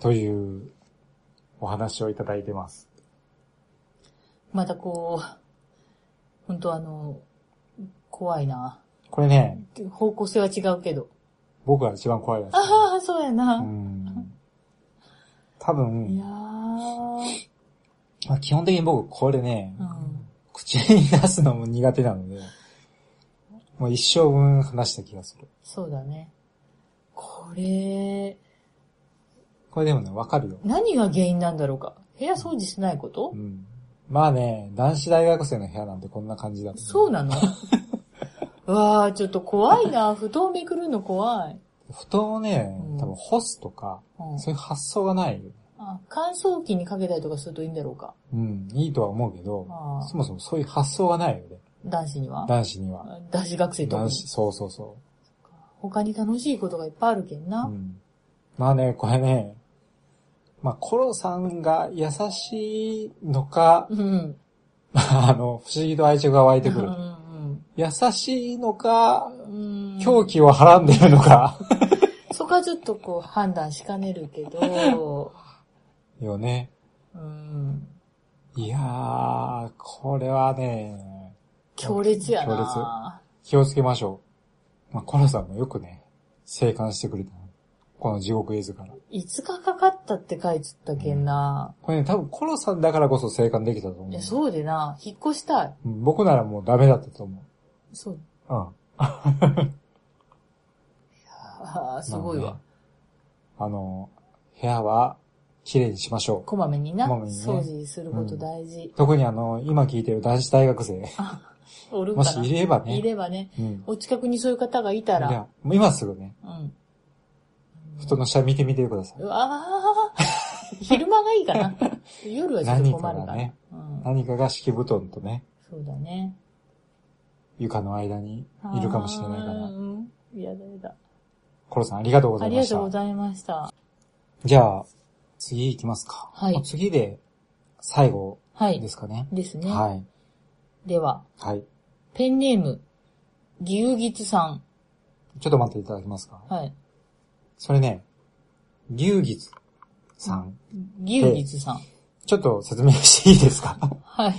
Speaker 1: という、お話をいただいてます。
Speaker 2: またこう、本当あの、怖いな。
Speaker 1: これね、
Speaker 2: 方向性は違うけど。
Speaker 1: 僕が一番怖いやつ。
Speaker 2: ああ、そうや
Speaker 1: う
Speaker 2: な。
Speaker 1: ん。多
Speaker 2: いや
Speaker 1: 分、
Speaker 2: ー。
Speaker 1: まあ、基本的に僕これね、
Speaker 2: うん
Speaker 1: 口に出すのも苦手なので、もう一生分話した気がする。
Speaker 2: そうだね。これ、
Speaker 1: これでもね、わかるよ。
Speaker 2: 何が原因なんだろうか。部屋掃除しないこと、
Speaker 1: うん。まあね、男子大学生の部屋なんてこんな感じだ、
Speaker 2: そうなの わー、ちょっと怖いな。布団めくるの怖い。
Speaker 1: 布団をね
Speaker 2: うん、
Speaker 1: 多分干すとか、
Speaker 2: うん
Speaker 1: そういう発想がないよね。
Speaker 2: あ乾燥機にかけたりとかするといいんだろうか。
Speaker 1: うん、いいとは思うけど
Speaker 2: あー、
Speaker 1: そもそもそういう発想がないよね。
Speaker 2: 男子には
Speaker 1: 男子には。
Speaker 2: 男子学生とか
Speaker 1: 男。子、そうそうそ
Speaker 2: 他に楽しいことがいっぱいあるけん
Speaker 1: う。う
Speaker 2: な。
Speaker 1: ん。まあね、これね、まあ、コロさんが優しいのか、
Speaker 2: うん。うん
Speaker 1: あの、不思議と愛着が湧いて
Speaker 2: う
Speaker 1: くる。
Speaker 2: ん
Speaker 1: 優しいのか、
Speaker 2: うん。
Speaker 1: 狂気をはらんでるのか、
Speaker 2: そこはちょっとこう判断しかねるけ ど、
Speaker 1: よね。
Speaker 2: うん。
Speaker 1: いやー、これはね、
Speaker 2: 強烈や
Speaker 1: 強
Speaker 2: な。
Speaker 1: 気をつけましょう。まあ、コロさんもよくね、生還してくれたなこの地獄絵図から。
Speaker 2: 5日かかったって書いてたけんな。
Speaker 1: これね、多分コロさんだからこそ生還できたと思う。
Speaker 2: いや、そうでな。引っ越したい。
Speaker 1: うん僕ならもうダメだったと思
Speaker 2: そう。
Speaker 1: う。うん。
Speaker 2: ああ、すごい
Speaker 1: なの
Speaker 2: わ
Speaker 1: で。。あの、部屋は綺麗にしましょう。
Speaker 2: こまめにな。
Speaker 1: こまめにね
Speaker 2: 掃除すること大事。
Speaker 1: 特にあの、今聞いてる男子大学生、
Speaker 2: おるか
Speaker 1: も
Speaker 2: な。
Speaker 1: しいればね。
Speaker 2: いればね。
Speaker 1: うん。
Speaker 2: お近くにそういう方がいた
Speaker 1: い
Speaker 2: ら。
Speaker 1: や、もう今すぐね、
Speaker 2: うん。
Speaker 1: 布団の下見てみてください。
Speaker 2: うわあ、昼間がいいかな。夜はちょっと困る
Speaker 1: 何か
Speaker 2: から。
Speaker 1: がね
Speaker 2: うん、
Speaker 1: 何かが敷布団とね、
Speaker 2: そうだね。
Speaker 1: 床の間にいるかもしれないか
Speaker 2: あ
Speaker 1: ら。
Speaker 2: ー。いやだやだ。
Speaker 1: コロさんありがとうござ
Speaker 2: あ
Speaker 1: い
Speaker 2: り
Speaker 1: ま
Speaker 2: が
Speaker 1: し
Speaker 2: とうご
Speaker 1: た。
Speaker 2: ざいました。
Speaker 1: じゃあ、次行きますか。
Speaker 2: はい
Speaker 1: もう次で、最後
Speaker 2: はい。
Speaker 1: で
Speaker 2: です
Speaker 1: すかね。
Speaker 2: ね。
Speaker 1: はい。
Speaker 2: では、
Speaker 1: はい。
Speaker 2: ペンネーム、ギウギツさん。
Speaker 1: ちょっと待っていただけますか
Speaker 2: はい。
Speaker 1: それね、牛月さん。
Speaker 2: ギュウギツさん。
Speaker 1: ちょっと説明していいですか
Speaker 2: はい。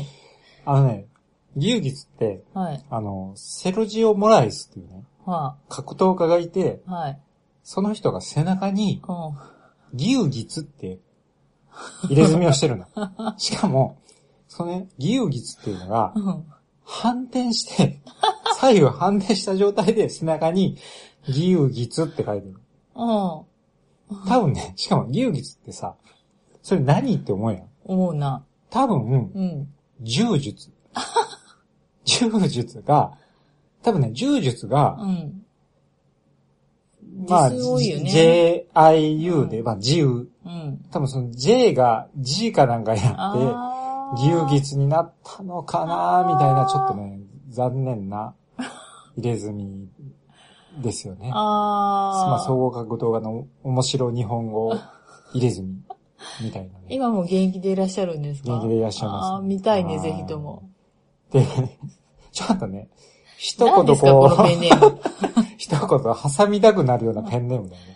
Speaker 1: あのね、牛月って、
Speaker 2: はい。
Speaker 1: あの、セルジオ・モライスっていうね、
Speaker 2: は
Speaker 1: 格闘家がいて、
Speaker 2: い。はい。
Speaker 1: その人が背中に
Speaker 2: うん。
Speaker 1: 牛月って入れ墨をしてる の。しかも、そのね、牛月っていうのが
Speaker 2: うん。
Speaker 1: 反転して、左右反転した状態で背中に牛月って書いてる。
Speaker 2: うん。
Speaker 1: 多分ね、しかも牛月ってさ、それ何って思うやん。
Speaker 2: 思うな。
Speaker 1: 多分、
Speaker 2: うん。
Speaker 1: 柔術。柔術が、多分ね、柔術が、
Speaker 2: うん。
Speaker 1: まあ、
Speaker 2: 実数多いよね
Speaker 1: JIU で、
Speaker 2: うん
Speaker 1: まあ、自由。
Speaker 2: うん。
Speaker 1: 多分その J が G かなんかになっ
Speaker 2: あ
Speaker 1: て、
Speaker 2: ー
Speaker 1: 牛術になったのかな
Speaker 2: あー
Speaker 1: みたいな、ちょっとね、残念な入れ墨ですよね。
Speaker 2: あー。
Speaker 1: まあ、総合格闘家の面白日本語入れ墨みたいなね。
Speaker 2: 今も現役でいらっしゃるんですか
Speaker 1: 元気でいらっしゃいます
Speaker 2: ああー、見たいね、ぜひとも。
Speaker 1: で、ちょっと ね、一言
Speaker 2: 何ですか、こ
Speaker 1: こ
Speaker 2: のペン
Speaker 1: う、
Speaker 2: ネー
Speaker 1: 一言挟みたくなるようなペンネームだよね。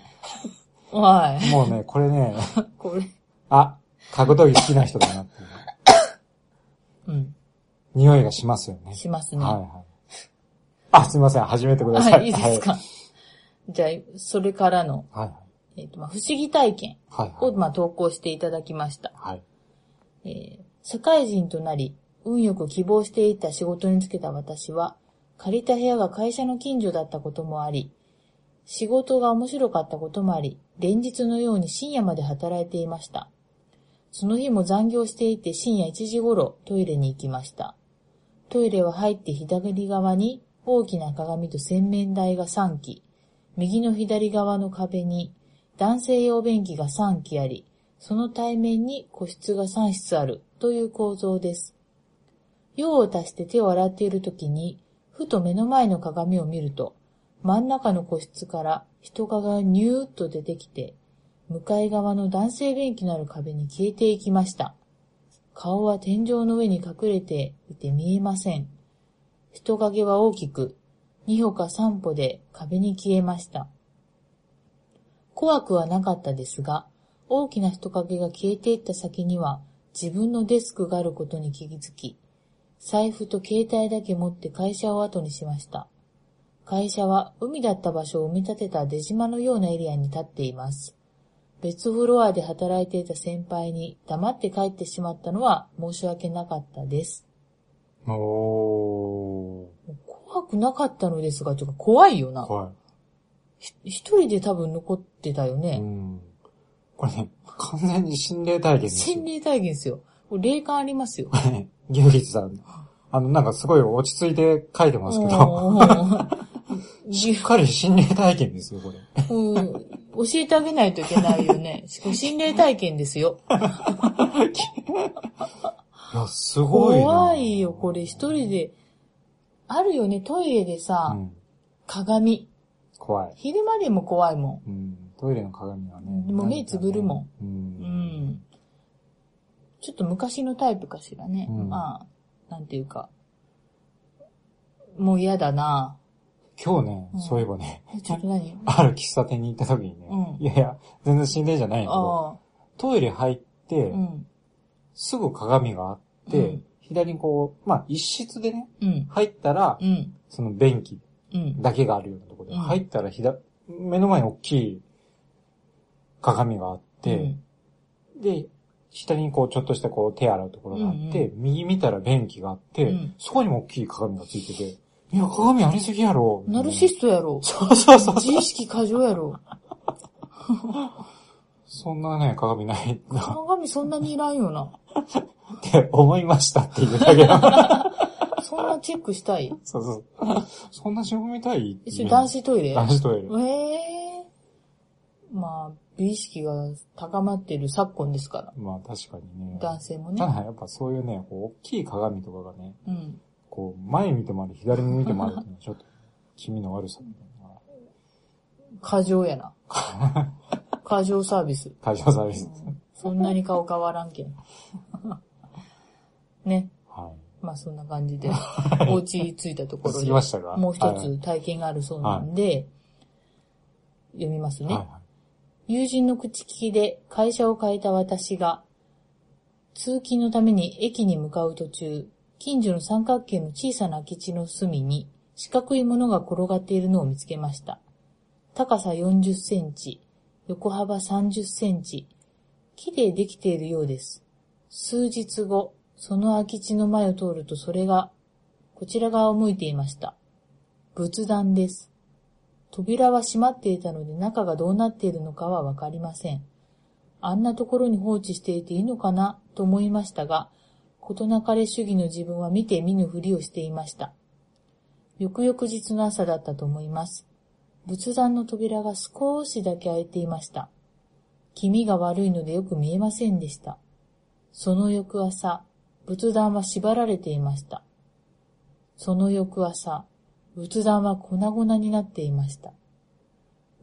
Speaker 2: ム。はい。
Speaker 1: もうね、これ ね、
Speaker 2: これ。
Speaker 1: あ、格闘技好きな人だなっていう
Speaker 2: うん。
Speaker 1: 匂いがしますよね。
Speaker 2: しますね。
Speaker 1: はいはい。あ、すみません。始めてください。
Speaker 2: はい、いいですか。じゃあ、それからの、
Speaker 1: はい。はい
Speaker 2: えっ、と、まあ、不思議体験
Speaker 1: はい。はい
Speaker 2: を、まあ、投稿していただきました。
Speaker 1: はい。
Speaker 2: えー社会人となり、運よく希望していた仕事に就けた私は、借りた部屋が会社の近所だったこともあり、仕事が面白かったこともあり、連日のように深夜まで働いていました。その日も残業していて深夜1時頃トイレに行きました。トイレは入って左側に大きな鏡と洗面台が3基、右の左側の壁に男性用便器が3基あり、その対面に個室が3室あるという構造です。用を足して手を洗っている時に、ふと目の前の鏡を見ると、真ん中の個室から人影がニューッと出てきて、向かい側の男性便器のある壁に消えていきました。顔は天井の上に隠れていて見えません。人影は大きく、2歩か3歩で壁に消えました。怖くはなかったですが、大きな人影が消えていった先には自分のデスクがあることに気づき、財布と携帯だけ持って会社を後にしました。会社は海だった場所を埋め立てた出島のようなエリアに立っています。別フロアで働いていた先輩に黙って帰ってしまったのは申し訳なかったです。
Speaker 1: おー。
Speaker 2: 怖くなかったのですが、ちょっと怖いよな。
Speaker 1: 怖
Speaker 2: 一人で多分残ってたよね。
Speaker 1: い。うん。これね、完全に心霊体験ですよ。
Speaker 2: 心霊体験ですよ。これ霊感ありますよ。
Speaker 1: はい。 牛立さん。あの、なんかすごい落ち着いて書いてますけど、
Speaker 2: おー
Speaker 1: しっかり心霊体験です よ、これ。
Speaker 2: うん教えてあげないといけないよね。しかも心霊体験ですよ。
Speaker 1: いや、すごいな。
Speaker 2: 怖いよ、これ一人で。あるよね、トイレで
Speaker 1: う
Speaker 2: さ、
Speaker 1: ん。
Speaker 2: 鏡。
Speaker 1: 怖い。
Speaker 2: 昼間でも怖いも
Speaker 1: うん。トイレの鏡はね。
Speaker 2: でも目つぶるも
Speaker 1: ん。
Speaker 2: ん。う
Speaker 1: うん。
Speaker 2: ん。ちょっと昔のタイプかしらね。
Speaker 1: うん
Speaker 2: まあ、なんていうか。もう嫌 だな
Speaker 1: 今日ね
Speaker 2: う、ん
Speaker 1: そういえばね、
Speaker 2: えちょっと何
Speaker 1: ある喫茶店に行った時にね、
Speaker 2: うん
Speaker 1: いやいや、全然心霊じゃないんだけど、
Speaker 2: ああ、
Speaker 1: トイレ入って、
Speaker 2: うん。
Speaker 1: すぐ鏡があって、
Speaker 2: うん
Speaker 1: 左にこう、まあ一室でね、
Speaker 2: うん。
Speaker 1: 入ったら、
Speaker 2: うん。
Speaker 1: その便器
Speaker 2: うん。
Speaker 1: だけがあるようなところで、
Speaker 2: うん
Speaker 1: 入ったら左、目の前に大きい鏡があって、で、左にこうちょっとしたこう手洗うところがあって、右見たら便器があって、
Speaker 2: うん
Speaker 1: そこにも大きい鏡がついてて、いや、鏡ありすぎやろ。
Speaker 2: ナルシストやろ。
Speaker 1: そうそうそう。
Speaker 2: 自意識過剰やろ。
Speaker 1: そんなね、鏡ないな
Speaker 2: 鏡そんなにいらんよな。
Speaker 1: って 思いましたっていうだけだ。
Speaker 2: そんなチェックしたい。
Speaker 1: そうそう。そんな白みたい
Speaker 2: えそれ男子トイレ
Speaker 1: 男子トイレ。
Speaker 2: ええまあ、美意識が高まっている昨今ですから。
Speaker 1: まあ確かにね。
Speaker 2: 男性もね
Speaker 1: た。だやっぱそういうね、こう大きい鏡とかがね、
Speaker 2: うん。
Speaker 1: こう前見てもあり、左見てもありっていうのは ちょっと気味の悪さみたいなのが
Speaker 2: 過剰やな。 過剰サービス。
Speaker 1: 解消されるんです。
Speaker 2: そんなに顔変わらんけん。 ね。
Speaker 1: は
Speaker 2: まあそ んな感じで、お家着いたとこ
Speaker 1: い。過
Speaker 2: ろで
Speaker 1: ぎま、したが
Speaker 2: もう一
Speaker 1: はい
Speaker 2: つ体験があるそうなんで、読みますね。
Speaker 1: はいはい。
Speaker 2: 友人の口利きで会社を変えた私が、通勤のために駅に向かう途中、近所の三角形の小さな空き地の隅に四角いものが転がっているのを見つけました。高さ40センチ、横幅30センチ、木でできているようです。数日後、その空き地の前を通るとそれが、こちら側を向いていました。仏壇です。扉は閉まっていたので中がどうなっているのかはわかりません。あんなところに放置していていいのかなと思いましたが、事なかれ主義の自分は見て見ぬふりをしていました。翌々日の朝だったと思います。仏壇の扉が少しだけ開いていました。気味が悪いのでよく見えませんでした。その翌朝、仏壇は縛られていました。その翌朝、仏壇は粉々になっていました。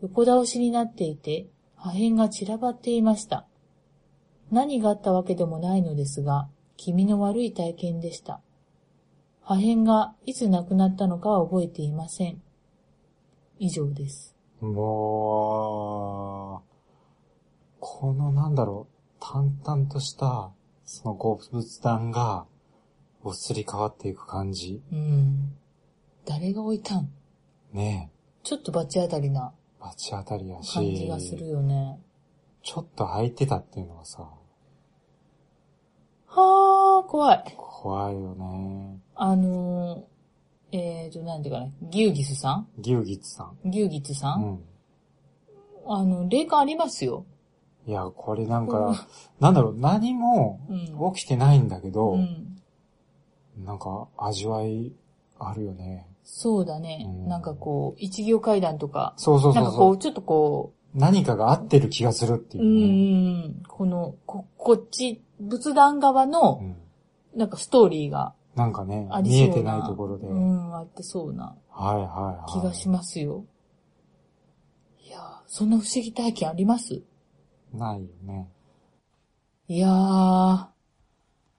Speaker 2: 横倒しになっていて、破片が散らばっていました。何があったわけでもないのですが、気味の悪い体験でした。破片がいつなくなったのかは覚えていません。以上です。
Speaker 1: もう、このなんだろう、淡々とした、そのご仏壇が、おっすり変わっていく感じ。
Speaker 2: うん。誰が置いたん
Speaker 1: ね
Speaker 2: ちょっと罰当たりな
Speaker 1: え、罰当たりやし。
Speaker 2: 感じがするよね。
Speaker 1: ちょっと開いてたっていうのはさ、
Speaker 2: はー、怖い。
Speaker 1: 怖いよね。
Speaker 2: あのー、えーと、なんていうかな、ギュウギスさん
Speaker 1: ギュウギツさん。
Speaker 2: ギュウギツさ、
Speaker 1: うんん。
Speaker 2: あの、霊感ありますよ。
Speaker 1: いや、これなん
Speaker 2: う
Speaker 1: か、なんだろう、何も
Speaker 2: うん
Speaker 1: 起きてないんだけど、
Speaker 2: うん。
Speaker 1: なんか味わいあるよね。
Speaker 2: そうだね。
Speaker 1: うん
Speaker 2: なんかこう、一行階段とか、
Speaker 1: そうそう
Speaker 2: な
Speaker 1: そう
Speaker 2: んか
Speaker 1: そ
Speaker 2: こ
Speaker 1: う。
Speaker 2: う、ちょっとこ
Speaker 1: 何かが合ってる気がするって
Speaker 2: う、
Speaker 1: いううね。
Speaker 2: ん、この、こ、こっち、仏壇側の、
Speaker 1: うん
Speaker 2: なんかストーリーが
Speaker 1: なんかね
Speaker 2: あ、りそ
Speaker 1: 見
Speaker 2: うな。
Speaker 1: えてないところで。
Speaker 2: う
Speaker 1: はい
Speaker 2: ん、あってそうな
Speaker 1: はいはい。
Speaker 2: 気がしますよ。いやー、そんな不思議体験あります
Speaker 1: ないよね。
Speaker 2: いやー、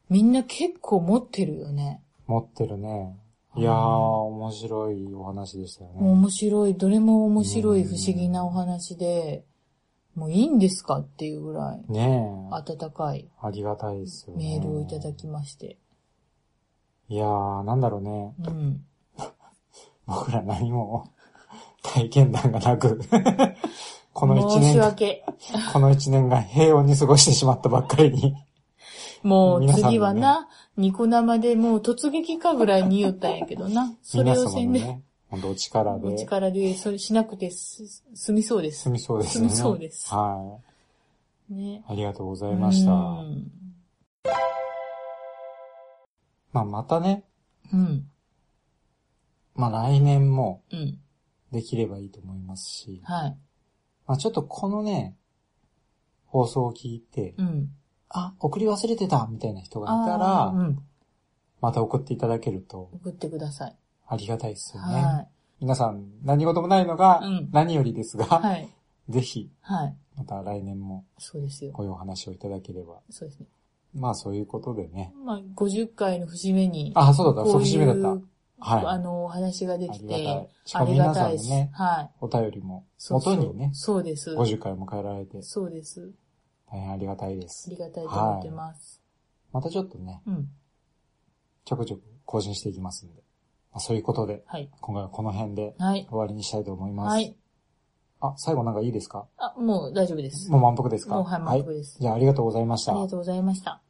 Speaker 2: みんな結構持ってるよね。
Speaker 1: 持ってるね。いやー、面白いお話でしたよ
Speaker 2: もう
Speaker 1: ね。
Speaker 2: 面白い、どれも面白い不思議なお話で、もういいんですかっていうぐらい、
Speaker 1: ねえ。
Speaker 2: 温かい
Speaker 1: ありがたいですよね。
Speaker 2: メールをいただきまして。
Speaker 1: いやー、なんだろうね。
Speaker 2: うん。
Speaker 1: 僕ら何も 体験談がなく、 この一
Speaker 2: 申し
Speaker 1: 年、
Speaker 2: 訳。
Speaker 1: この一年が平穏に過ごしてしまったばっかりに。
Speaker 2: もう
Speaker 1: 皆さんのね
Speaker 2: 次はな、ニコ生でもう突撃かぐらいに言ったんやけどな。それ
Speaker 1: 皆
Speaker 2: を
Speaker 1: 様の
Speaker 2: 宣伝、
Speaker 1: ね、ほんとお力
Speaker 2: お
Speaker 1: で
Speaker 2: 力でそれしなくてす済みそうです
Speaker 1: 済。みそうです
Speaker 2: 済
Speaker 1: ね。
Speaker 2: みそうです
Speaker 1: は
Speaker 2: ね。
Speaker 1: い。ありがとうございました。
Speaker 2: うん。
Speaker 1: まあ、またね、
Speaker 2: うん。
Speaker 1: まあ来年も
Speaker 2: うん。
Speaker 1: できればいいと思いますし、
Speaker 2: はい。
Speaker 1: まあちょっとこのね、放送を聞いて、
Speaker 2: うん。
Speaker 1: あ、送り忘れてたみたいな人がいた
Speaker 2: あー
Speaker 1: ら、
Speaker 2: うん。
Speaker 1: また送っていただけると
Speaker 2: 送ってください。
Speaker 1: ありがたいですよね。
Speaker 2: は
Speaker 1: 皆さん何事もないのが
Speaker 2: うん
Speaker 1: 何よりですが、
Speaker 2: い。はい。
Speaker 1: ぜひ
Speaker 2: はい。
Speaker 1: また来年も
Speaker 2: そうですよ。
Speaker 1: こういうお話をいただければ。
Speaker 2: そうですね。
Speaker 1: まあそういうことでね。
Speaker 2: まあ、50回の節目に、
Speaker 1: あ、そうだった。
Speaker 2: こ
Speaker 1: そうう、節
Speaker 2: い
Speaker 1: 目だ
Speaker 2: う、
Speaker 1: った。は
Speaker 2: あ
Speaker 1: い。
Speaker 2: の、お話がで
Speaker 1: あ
Speaker 2: き
Speaker 1: りがた
Speaker 2: て
Speaker 1: い、。しか
Speaker 2: あ
Speaker 1: も
Speaker 2: りが
Speaker 1: 皆
Speaker 2: た
Speaker 1: さん
Speaker 2: い
Speaker 1: の
Speaker 2: し、
Speaker 1: ね、
Speaker 2: はい。
Speaker 1: お便りも
Speaker 2: そうそう
Speaker 1: 元にね、
Speaker 2: そうです。
Speaker 1: 50回も変えられて
Speaker 2: そうです。
Speaker 1: 大変ありがたいで
Speaker 2: あ
Speaker 1: す
Speaker 2: り。がたいと思ってます。
Speaker 1: またちょっとね、
Speaker 2: うん。
Speaker 1: ちょくちょく更新していきますんで。まあ、そういうことで、
Speaker 2: はい。
Speaker 1: 今回はこの辺で
Speaker 2: はい。
Speaker 1: 終わりにしたいと思います。
Speaker 2: はい。
Speaker 1: あ、最後なんかいいですか
Speaker 2: あ、もう大丈夫です。
Speaker 1: もう満腹ですか
Speaker 2: もうはい満腹です
Speaker 1: じゃあありがとうございました。
Speaker 2: ありがとうございました。